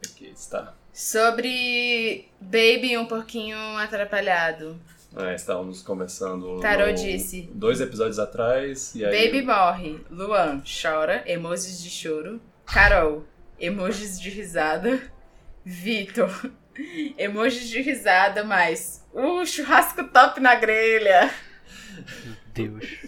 Speaker 1: Aqui está.
Speaker 3: Sobre Baby um pouquinho atrapalhado.
Speaker 1: É, estávamos conversando.
Speaker 3: Tarô
Speaker 1: no-
Speaker 3: disse.
Speaker 1: Dois episódios atrás. E aí,
Speaker 3: Baby morre. Luan chora. Emojis de choro. Carol, emojis de risada. Vitor, emojis de risada, mas. Uh, churrasco top na grelha.
Speaker 2: Meu Deus.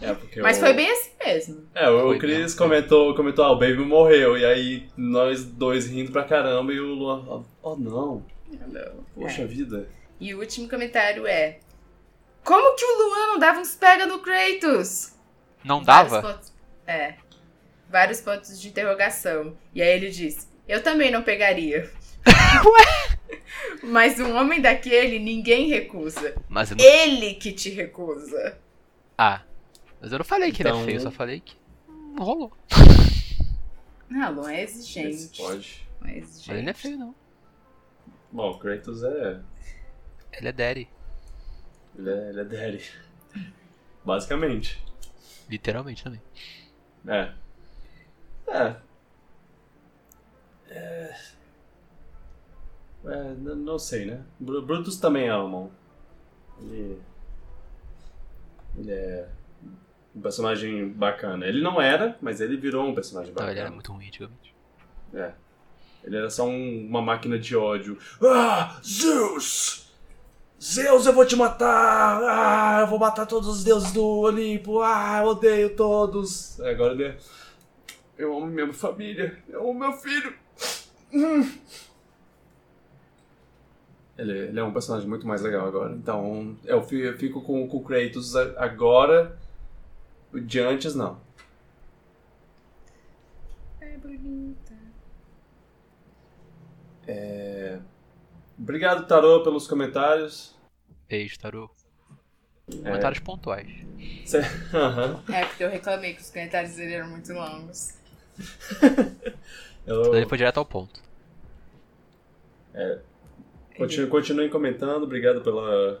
Speaker 1: É, porque
Speaker 3: Mas
Speaker 1: o-
Speaker 3: foi bem assim mesmo.
Speaker 1: É, o
Speaker 2: Foi
Speaker 1: Chris
Speaker 2: mesmo.
Speaker 1: comentou, comentou, ah, o Baby morreu. E aí, nós dois rindo pra caramba. E o Luan, ó, oh, não.
Speaker 3: É.
Speaker 1: Poxa vida.
Speaker 3: E o último comentário é: Como que o Luan não dava uns pega no Kratos?
Speaker 2: Não
Speaker 3: Vários
Speaker 2: dava?
Speaker 3: pontos, é. Vários pontos de interrogação. E aí ele diz: Eu também não pegaria. Mas um homem daquele ninguém recusa.
Speaker 2: Mas eu não...
Speaker 3: Ele que te recusa.
Speaker 2: Ah. Mas eu não falei que ele
Speaker 1: Então-
Speaker 2: é feio, eu só falei que. Não rolou.
Speaker 3: Não, Luan é
Speaker 1: Esse
Speaker 3: exigente.
Speaker 1: pode.
Speaker 3: Luan é
Speaker 2: Mas ele não é
Speaker 3: exigente.
Speaker 2: feio, não.
Speaker 1: Bom, o Kratos é.
Speaker 2: Ele é Daddy.
Speaker 1: Ele é, ele é daddy. Basicamente.
Speaker 2: Literalmente também.
Speaker 1: É. É. É. é n- não sei, né? Bru- Brutus também é alemão. Ele. Ele é. Um personagem bacana. Ele não era, mas ele virou um personagem
Speaker 2: Não,
Speaker 1: bacana.
Speaker 2: ele era muito ruim antigamente.
Speaker 1: É. Ele era só um- uma máquina de ódio. Ah, Zeus! Zeus, eu vou te matar! Ah, eu vou matar todos os deuses do Olimpo! Ah, eu odeio todos! Agora ele é... Eu amo minha família, eu amo meu filho! Hum. Ele, ele é um personagem muito mais legal agora. Então, eu fi- eu fico com, com o Kratos a- agora. O de antes, não.
Speaker 3: É bonita.
Speaker 1: Obrigado, Tarô, pelos comentários.
Speaker 2: Beijo, Tarô.
Speaker 1: É.
Speaker 2: Comentários pontuais.
Speaker 1: Cê- Aham.
Speaker 3: É, porque eu reclamei que os comentários dele eram muito longos.
Speaker 1: Eu-
Speaker 2: Ele foi direto ao ponto.
Speaker 1: Continu- Continuem comentando, obrigado pela,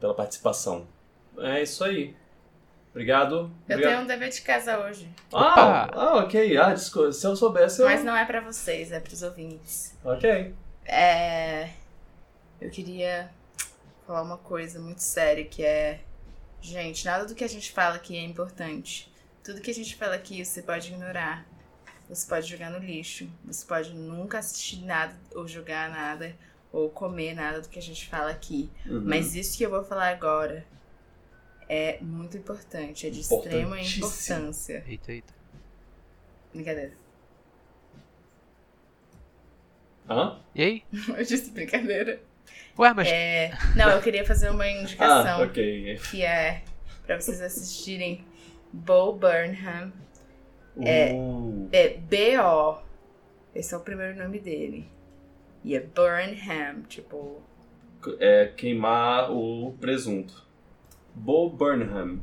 Speaker 1: pela participação. É isso aí. Obrigado.
Speaker 3: Eu
Speaker 1: obrigado.
Speaker 3: tenho um dever de casa hoje.
Speaker 1: Ah, ah, ok. Ah, desculpa. Se eu soubesse, eu...
Speaker 3: Mas não é pra vocês, é pros ouvintes.
Speaker 1: Ok.
Speaker 3: É... Eu queria falar uma coisa muito séria que é. Gente, nada do que a gente fala aqui é importante. Tudo que a gente fala aqui você pode ignorar. Você pode jogar no lixo. Você pode nunca assistir nada ou jogar nada ou comer nada do que a gente fala aqui.
Speaker 1: Uhum.
Speaker 3: Mas isso que eu vou falar agora é muito importante, é de extrema
Speaker 1: Importantíssimo.
Speaker 3: importância.
Speaker 2: Eita, eita.
Speaker 3: Brincadeira.
Speaker 1: Hã? Ah,
Speaker 2: E aí?
Speaker 3: Eu disse brincadeira.
Speaker 2: Ué, mas.
Speaker 3: É, não, eu queria fazer uma indicação.
Speaker 1: Ah, ok.
Speaker 3: que é pra vocês assistirem Bo Burnham.
Speaker 1: Uh,
Speaker 3: É B-O. Esse é o primeiro nome dele. E é Burnham, tipo.
Speaker 1: é queimar o presunto. Bo Burnham.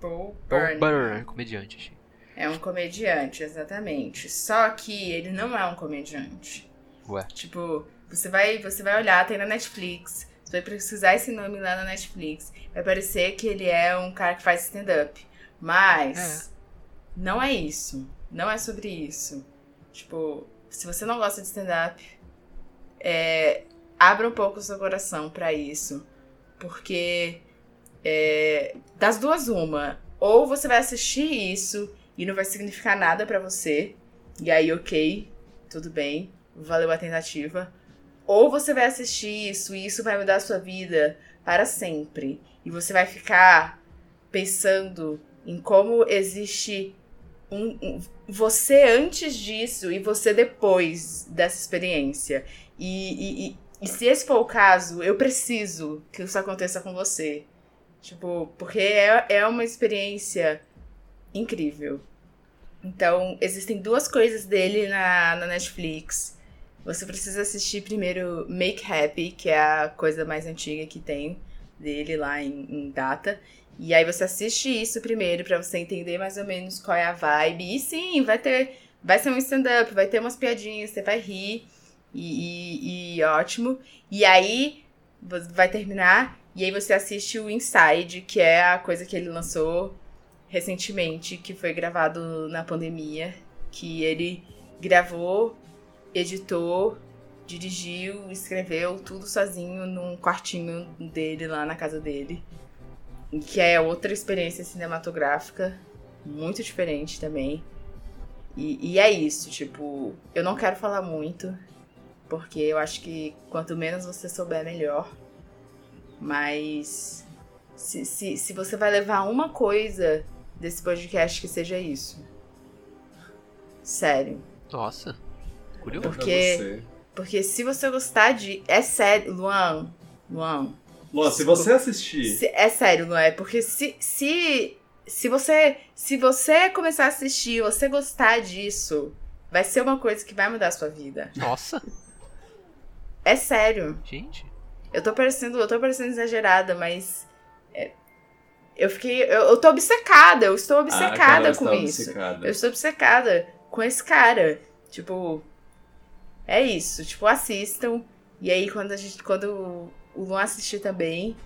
Speaker 3: Bo
Speaker 2: Burn.
Speaker 3: Burnham.
Speaker 2: né? comediante. achei.
Speaker 3: É um comediante, exatamente. Só que ele não é um comediante.
Speaker 2: Ué.
Speaker 3: Tipo, você vai, você vai olhar, tem na Netflix. Você vai pesquisar esse nome lá na Netflix. Vai parecer que ele é um cara que faz stand-up. Mas não é isso. Não é sobre isso. Tipo, se você não gosta de stand-up, é, abra um pouco o seu coração pra isso. Porque é, das duas, uma. Ou você vai assistir isso e não vai significar nada pra você. E aí, ok, tudo bem, valeu a tentativa. Ou você vai assistir isso e isso vai mudar a sua vida para sempre. E você vai ficar pensando em como existe um, um- você antes disso e você depois dessa experiência. E, e- e- e se esse for o caso, eu preciso que isso aconteça com você. Tipo, porque é, é uma experiência incrível. Então, existem duas coisas dele na, na Netflix. Você precisa assistir primeiro Make Happy, que é a coisa mais antiga que tem dele lá em, em data. E aí você assiste isso primeiro pra você entender mais ou menos qual é a vibe. E sim, vai ter. Vai ser um stand-up, vai ter umas piadinhas, você vai rir. E, e- e ótimo. E aí vo- vai terminar. E aí você assiste o Inside, que é a coisa que ele lançou recentemente, que foi gravado na pandemia. Que ele gravou, editou, dirigiu, escreveu tudo sozinho num quartinho dele lá na casa dele que é outra experiência cinematográfica muito diferente também. E, e é isso, tipo, eu não quero falar muito, porque eu acho que quanto menos você souber, melhor. Mas se, se, se você vai levar uma coisa desse podcast, que seja isso. Sério.
Speaker 2: Nossa.
Speaker 1: Olha
Speaker 2: Curioso.
Speaker 1: pra
Speaker 3: Porque-
Speaker 1: você.
Speaker 3: Porque se você gostar de. É sério, Luan. Luan,
Speaker 1: Luan, se você assistir.
Speaker 3: Se- é sério, não é? Porque se, se, se, você, se você começar a assistir, você gostar disso, vai ser uma coisa que vai mudar a sua vida.
Speaker 2: Nossa,
Speaker 3: É sério.
Speaker 2: gente.
Speaker 3: Eu tô parecendo, eu tô parecendo exagerada, mas. é, eu fiquei. Eu, eu tô obcecada, eu estou
Speaker 1: Ah,
Speaker 3: obcecada
Speaker 1: Carol está
Speaker 3: com isso.
Speaker 1: obcecada.
Speaker 3: Eu estou obcecada com esse cara. Tipo, é isso. Tipo, assistam. E aí, quando a gente. Quando o Luan assistir também,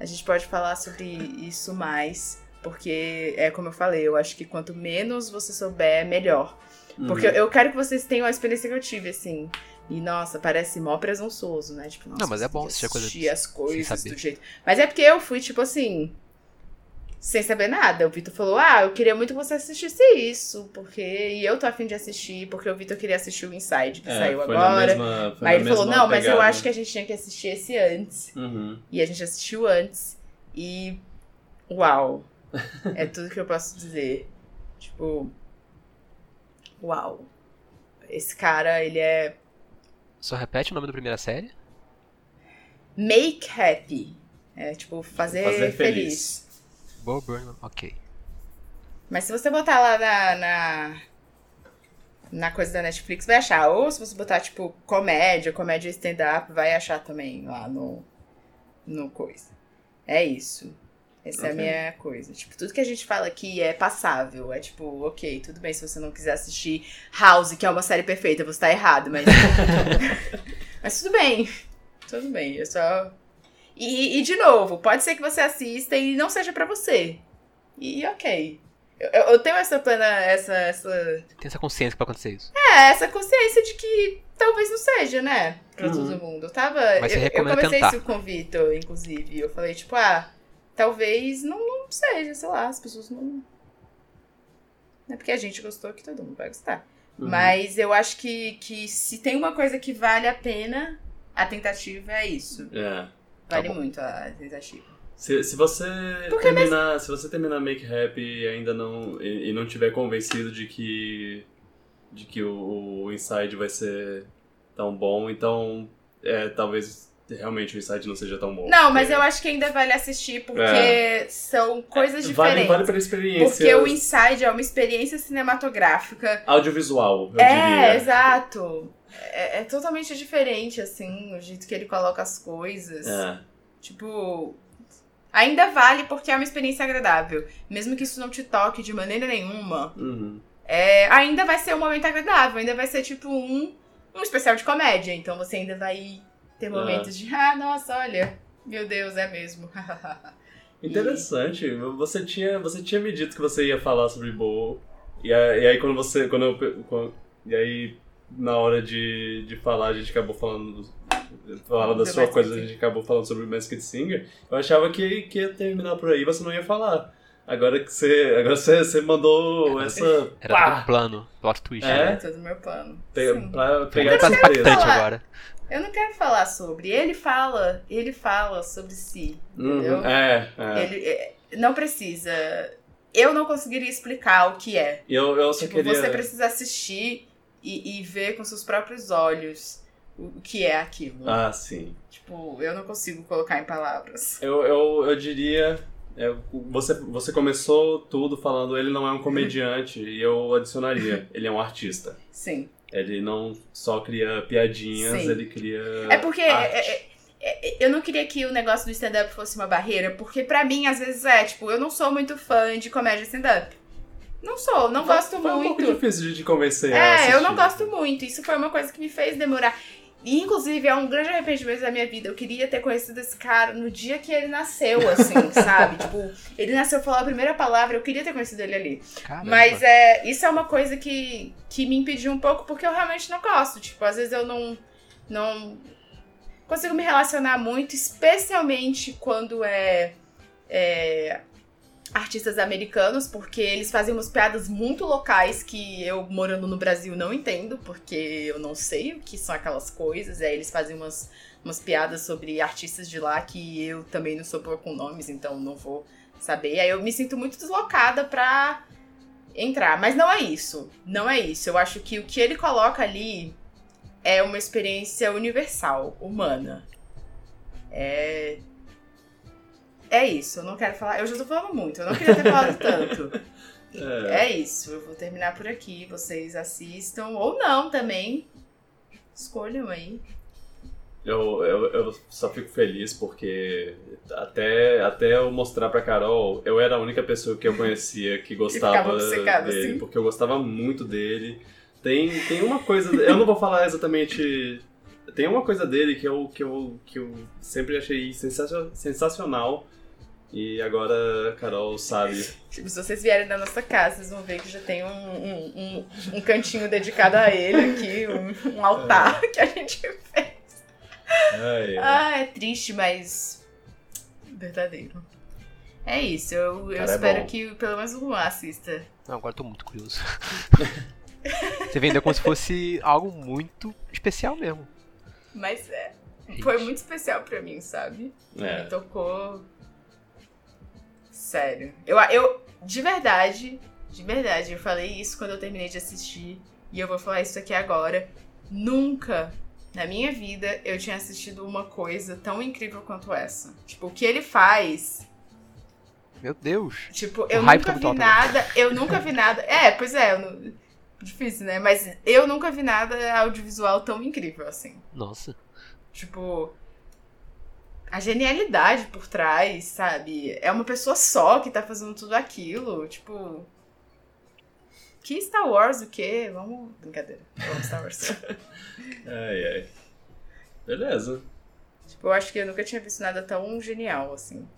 Speaker 3: a gente pode falar sobre isso mais. Porque é como eu falei, eu acho que quanto menos você souber, melhor.
Speaker 1: Uhum.
Speaker 3: Porque eu- eu quero que vocês tenham a experiência que eu tive, assim. E nossa, parece mó presunçoso, né? Tipo, nossa,
Speaker 2: Não, mas é
Speaker 3: você tem
Speaker 2: bom
Speaker 3: que
Speaker 2: assistir a coisa
Speaker 3: assistir as coisas
Speaker 2: saber.
Speaker 3: do jeito. Mas é porque eu fui, tipo assim, sem saber nada. O Vitor falou: Ah, eu queria muito que você assistisse isso, porque. E eu tô afim de assistir, porque o Vitor queria assistir o Inside, que
Speaker 1: É,
Speaker 3: saiu
Speaker 1: foi na
Speaker 3: agora.
Speaker 1: mesma- foi na
Speaker 3: Aí ele falou:
Speaker 1: mesma
Speaker 3: Não, mas eu
Speaker 1: pegada.
Speaker 3: acho que é a gente tinha que assistir esse antes.
Speaker 1: Uhum.
Speaker 3: E a gente assistiu antes. E. Uau! É tudo que eu posso dizer. Tipo. Uau! Esse cara, ele é.
Speaker 2: Só repete o nome da primeira série?
Speaker 3: Make happy. É tipo, fazer,
Speaker 1: Fazer
Speaker 3: feliz.
Speaker 1: feliz.
Speaker 2: Bo Burnham, ok.
Speaker 3: Mas se você botar lá na, na, na coisa da Netflix, vai achar. Ou se você botar, tipo, comédia, comédia stand-up, vai achar também lá no, no coisa. É isso. Essa é a
Speaker 1: Ok.
Speaker 3: minha coisa. Tipo, tudo que a gente fala aqui é passável. É tipo, ok, tudo bem se você não quiser assistir House, que é uma série perfeita, você tá errado, mas. mas tudo bem. Tudo bem, eu só. E, e, de novo, pode ser que você assista e não seja pra você. E ok. Eu, eu tenho essa plena. Essa, essa.
Speaker 2: Tem essa consciência que pode acontecer isso.
Speaker 3: É, essa consciência de que talvez não seja, né? Pra
Speaker 1: Uhum.
Speaker 3: todo mundo. Eu tava.
Speaker 2: Mas você
Speaker 3: eu, eu
Speaker 2: recomenda
Speaker 3: conversei
Speaker 2: tentar.
Speaker 3: isso com o Vitor, inclusive. Eu falei, tipo, ah, talvez não, não seja, sei lá, as pessoas não. Não é porque a gente gostou que todo mundo vai gostar.
Speaker 1: Uhum.
Speaker 3: Mas eu acho que, que se tem uma coisa que vale a pena, a tentativa é isso.
Speaker 1: É.
Speaker 2: Tá
Speaker 3: Vale
Speaker 2: bom.
Speaker 3: muito a tentativa.
Speaker 1: Se, se você
Speaker 3: Porque
Speaker 1: terminar, se você terminar Make Happy e ainda não e, e não tiver convencido de que de que o, o Inside vai ser tão bom, então é, talvez realmente o Inside não seja tão bom.
Speaker 3: Não, mas
Speaker 1: Porque
Speaker 3: eu acho que ainda vale assistir porque
Speaker 1: É.
Speaker 3: são coisas
Speaker 1: vale,
Speaker 3: diferentes.
Speaker 1: vale pela experiência
Speaker 3: porque o Inside é uma experiência cinematográfica.
Speaker 1: audiovisual, eu diria.
Speaker 3: É, exato. É, é totalmente diferente, assim, o jeito que ele coloca as coisas.
Speaker 1: É.
Speaker 3: Tipo, ainda vale porque é uma experiência agradável. Mesmo que isso não te toque de maneira nenhuma,
Speaker 1: Uhum.
Speaker 3: é, ainda vai ser um momento agradável. Ainda vai ser, tipo, um, um especial de comédia. Então você ainda vai
Speaker 1: É.
Speaker 3: ter momentos de, ah, nossa, olha, meu Deus, é mesmo.
Speaker 1: Interessante. Você tinha, você tinha me dito que você ia falar sobre Bowl. E aí, e aí quando você. Quando eu, pe- quando- e aí, na hora de, de falar, a gente acabou falando. Falando da
Speaker 3: The
Speaker 1: sua
Speaker 3: Masked
Speaker 1: coisa, a
Speaker 3: Singer.
Speaker 1: gente acabou falando sobre o Masked Singer. Eu achava que, que ia terminar por aí, você não ia falar. Agora que você. Agora você, você mandou essa.
Speaker 2: Era
Speaker 1: Pá!
Speaker 2: todo um plano, plot twist.
Speaker 1: É?
Speaker 2: né?
Speaker 3: Todo meu plano.
Speaker 1: Pe,
Speaker 3: Sim.
Speaker 1: pra pegar
Speaker 2: Era
Speaker 1: de surpresa.
Speaker 2: impactante
Speaker 3: falar.
Speaker 2: agora.
Speaker 3: Eu não quero falar sobre. Ele fala, ele fala sobre si.
Speaker 1: Uhum, é, é.
Speaker 3: Ele é, não precisa. Eu não conseguiria explicar o que é.
Speaker 1: E Eu, eu só
Speaker 3: Tipo,
Speaker 1: queria.
Speaker 3: você precisa assistir e, e ver com seus próprios olhos o, o que é aquilo.
Speaker 1: Ah, sim.
Speaker 3: Tipo, eu não consigo colocar em palavras.
Speaker 1: Eu, eu, eu diria. é, você, você começou tudo falando ele não é um comediante, e eu adicionaria, ele é um artista.
Speaker 3: Sim.
Speaker 1: Ele não só cria piadinhas,
Speaker 3: Sim.
Speaker 1: ele cria.
Speaker 3: É porque
Speaker 1: Ah, arte.
Speaker 3: é- é- é- é- eu não queria que o negócio do stand-up fosse uma barreira, porque pra mim, às vezes, é, tipo, eu não sou muito fã de comédia stand-up. Não sou, não gosto
Speaker 1: Foi um pouco
Speaker 3: muito.
Speaker 1: difícil de te convencer a
Speaker 3: É, eu
Speaker 1: assistir.
Speaker 3: não gosto muito. Isso foi uma coisa que me fez demorar. E, inclusive, é um grande arrependimento da minha vida. Eu queria ter conhecido esse cara no dia que ele nasceu, assim, sabe? Tipo, ele nasceu, falou a primeira palavra, eu queria ter conhecido ele ali.
Speaker 2: Caramba.
Speaker 3: Mas é, isso é uma coisa que, que me impediu um pouco, porque eu realmente não gosto. Tipo, às vezes eu não, não consigo me relacionar muito, especialmente quando é, é, artistas americanos, porque eles fazem umas piadas muito locais que eu, morando no Brasil, não entendo, porque eu não sei o que são aquelas coisas. Aí eles fazem umas, umas piadas sobre artistas de lá que eu também não sou boa com nomes, então não vou saber. Aí eu me sinto muito deslocada pra entrar. Mas não é isso. Não é isso. Eu acho que o que ele coloca ali é uma experiência universal, humana. É. É isso. Eu não quero falar. Eu já tô falando muito. Eu não queria ter falado tanto.
Speaker 1: É.
Speaker 3: É isso, eu vou terminar por aqui. Vocês assistam ou não também. Escolham aí.
Speaker 1: Eu, eu, eu só fico feliz porque até, até eu mostrar pra Carol, eu era a única pessoa que eu conhecia que
Speaker 3: ficava
Speaker 1: gostava
Speaker 3: obcecado, assim?
Speaker 1: dele,
Speaker 3: sim.
Speaker 1: porque eu gostava muito dele. Tem, tem uma coisa, eu não vou falar exatamente, tem uma coisa dele que eu, que eu, que eu sempre achei sensacio- sensacional e agora a Carol sabe.
Speaker 3: Tipo, se vocês vierem na nossa casa, vocês vão ver que já tem um, um, um, um cantinho dedicado a ele aqui, um, um altar que a gente.
Speaker 1: Ai, ai.
Speaker 3: Ah, é triste, mas. verdadeiro. É isso, eu, eu
Speaker 1: Cara, é
Speaker 3: espero
Speaker 1: bom.
Speaker 3: que pelo menos um assista.
Speaker 2: Não, agora eu tô muito curioso. Você vendeu como se fosse algo muito especial mesmo.
Speaker 3: Mas é. Foi muito especial pra mim, sabe?
Speaker 1: É.
Speaker 3: Me tocou. Sério. Eu, eu, de verdade, de verdade, eu falei isso quando eu terminei de assistir. E eu vou falar isso aqui agora. Nunca na minha vida eu tinha assistido uma coisa tão incrível quanto essa. Tipo, o que ele faz.
Speaker 2: Meu Deus.
Speaker 3: Tipo, eu
Speaker 2: hype tá
Speaker 3: nunca
Speaker 2: muito
Speaker 3: vi
Speaker 2: alto, né?
Speaker 3: nada. Eu nunca vi nada. É, pois é. eu não- difícil, né? Mas eu nunca vi nada audiovisual tão incrível assim.
Speaker 2: Nossa.
Speaker 3: Tipo, a genialidade por trás, sabe? É uma pessoa só que tá fazendo tudo aquilo. Tipo. Que Star Wars, o quê? Vamos. Brincadeira. Vamos Star Wars.
Speaker 1: Ai, ai. Beleza.
Speaker 3: tipo, eu acho que eu nunca tinha visto nada tão genial assim.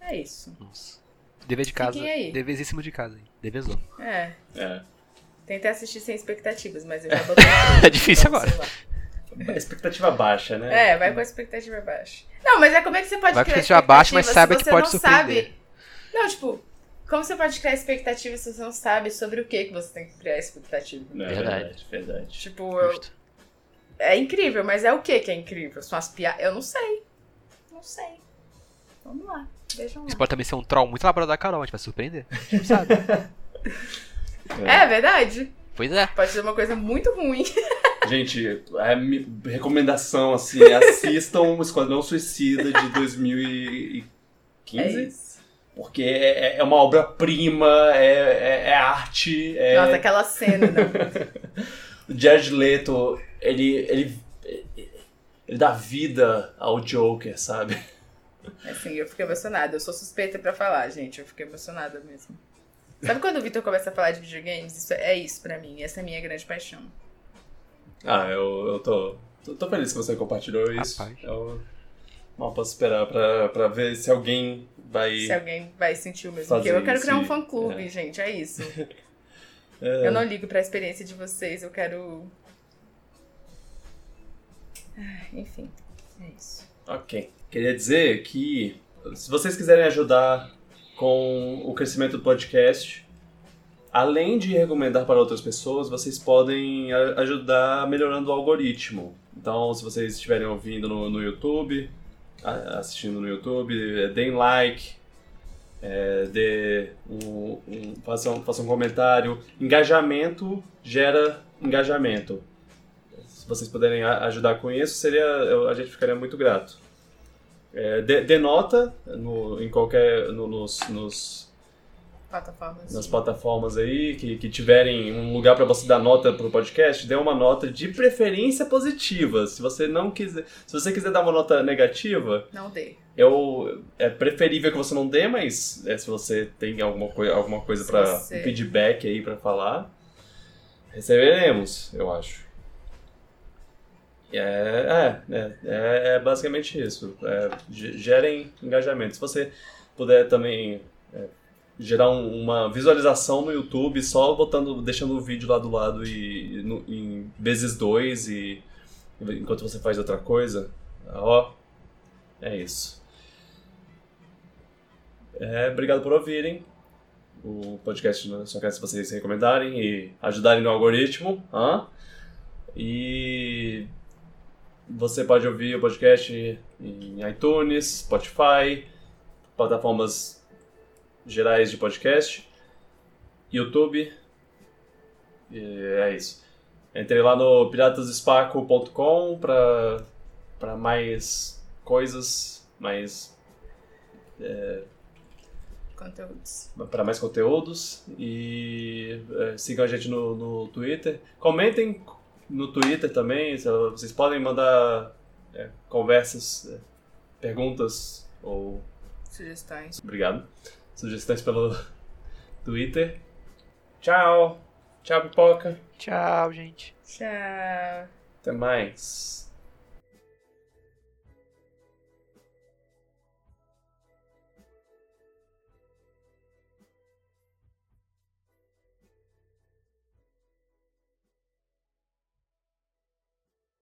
Speaker 3: É isso.
Speaker 2: Nossa. Dever de casa.
Speaker 3: Fiquem aí.
Speaker 2: Deveríssimo de casa, hein? Devezão.
Speaker 3: É.
Speaker 1: É.
Speaker 3: Tentei assistir sem expectativas, mas eu já botei. assim, no
Speaker 2: É difícil
Speaker 3: celular.
Speaker 1: Expectativa baixa, né?
Speaker 3: É, vai com a expectativa baixa. Não, mas é como é que você pode
Speaker 2: Vai com a
Speaker 3: criar
Speaker 2: expectativa baixa, mas
Speaker 3: se
Speaker 2: saiba que
Speaker 3: assim, você
Speaker 2: pode
Speaker 3: não
Speaker 2: surpreender.
Speaker 3: sabe- Não, tipo, como você pode criar expectativa se você não sabe sobre o que que você tem que criar expectativa?
Speaker 1: Não, é
Speaker 2: Verdade.
Speaker 1: Verdade, verdade.
Speaker 3: Tipo, eu-
Speaker 2: Justo.
Speaker 3: é incrível, mas é o que que é incrível? São as piadas? Eu não sei. Não sei. Vamos lá. Vejam lá.
Speaker 2: Isso pode também ser um troll muito elaborado da Carol, a gente vai surpreender. A gente não sabe.
Speaker 3: É verdade.
Speaker 2: pois é.
Speaker 3: Pode ser uma coisa muito ruim.
Speaker 1: Gente, a mi- recomendação assim, é assistam o Esquadrão Suicida de 2015,
Speaker 3: É isso.
Speaker 1: porque é, é uma obra-prima, é, é- é arte. É...
Speaker 3: Nossa, aquela cena, não.
Speaker 1: O Jared Leto, ele, ele, ele dá vida ao Joker, sabe?
Speaker 3: Assim, eu fiquei emocionada. Eu sou suspeita pra falar, gente. Eu fiquei emocionada mesmo. Sabe quando o Vitor começa a falar de videogames? Isso é é isso pra mim. Essa é a minha grande paixão.
Speaker 1: Ah, eu, eu tô, tô, tô feliz que você compartilhou isso.
Speaker 2: Rapaz.
Speaker 1: Eu mal posso esperar pra, pra ver se alguém vai...
Speaker 3: Se alguém vai sentir o mesmo
Speaker 1: Fazer
Speaker 3: que eu. Eu quero
Speaker 1: isso
Speaker 3: criar um
Speaker 1: e-
Speaker 3: fã-clube,
Speaker 1: é.
Speaker 3: gente. É isso.
Speaker 1: É.
Speaker 3: Eu não ligo pra experiência de vocês. Eu quero. Ah, Enfim, é isso.
Speaker 1: Ok. Queria dizer que se vocês quiserem ajudar com o crescimento do podcast, além de recomendar para outras pessoas, vocês podem a- ajudar melhorando o algoritmo. Então, se vocês estiverem ouvindo no, no YouTube, a- assistindo no YouTube, eh, deem like, eh, dê um, um, façam, façam um comentário. Engajamento gera engajamento. Se vocês puderem a- ajudar com isso, seria, eu- a gente ficaria muito grato. É, de- denota no, em qualquer, no- nos, nos-
Speaker 3: Plataformas.
Speaker 1: nas plataformas aí que, que tiverem um lugar para você dar nota pro podcast, dê uma nota de preferência positiva. Se você não quiser, se você quiser dar uma nota negativa,
Speaker 3: Não dê.
Speaker 1: eu é preferível que você não dê, mas é, se você tem alguma coisa, alguma coisa
Speaker 3: Se
Speaker 1: para
Speaker 3: você-
Speaker 1: feedback aí pra falar, receberemos, eu acho. É, é, é, é- é basicamente isso. É, ge- gerem engajamento. Se você puder também é, gerar um- uma visualização no YouTube, só botando, deixando o vídeo lá do lado e, e no- em vezes dois e enquanto você faz outra coisa, ó, é isso. É, obrigado por ouvirem o podcast no Só Quero se vocês recomendarem e ajudarem no algoritmo. hã? E você pode ouvir o podcast em iTunes, Spotify, plataformas gerais de podcast, YouTube. E é isso. Entrei lá no piratasespaco.com para para mais coisas, mais
Speaker 3: Conteúdos.
Speaker 1: para mais conteúdos e eh, sigam a gente no, no Twitter. Comentem no Twitter também, se- vocês podem mandar eh, conversas, eh, perguntas ou
Speaker 3: Sugestões.
Speaker 1: obrigado, sugestões pelo Twitter. Tchau, tchau pipoca,
Speaker 2: Tchau, gente.
Speaker 3: Tchau.
Speaker 1: até mais.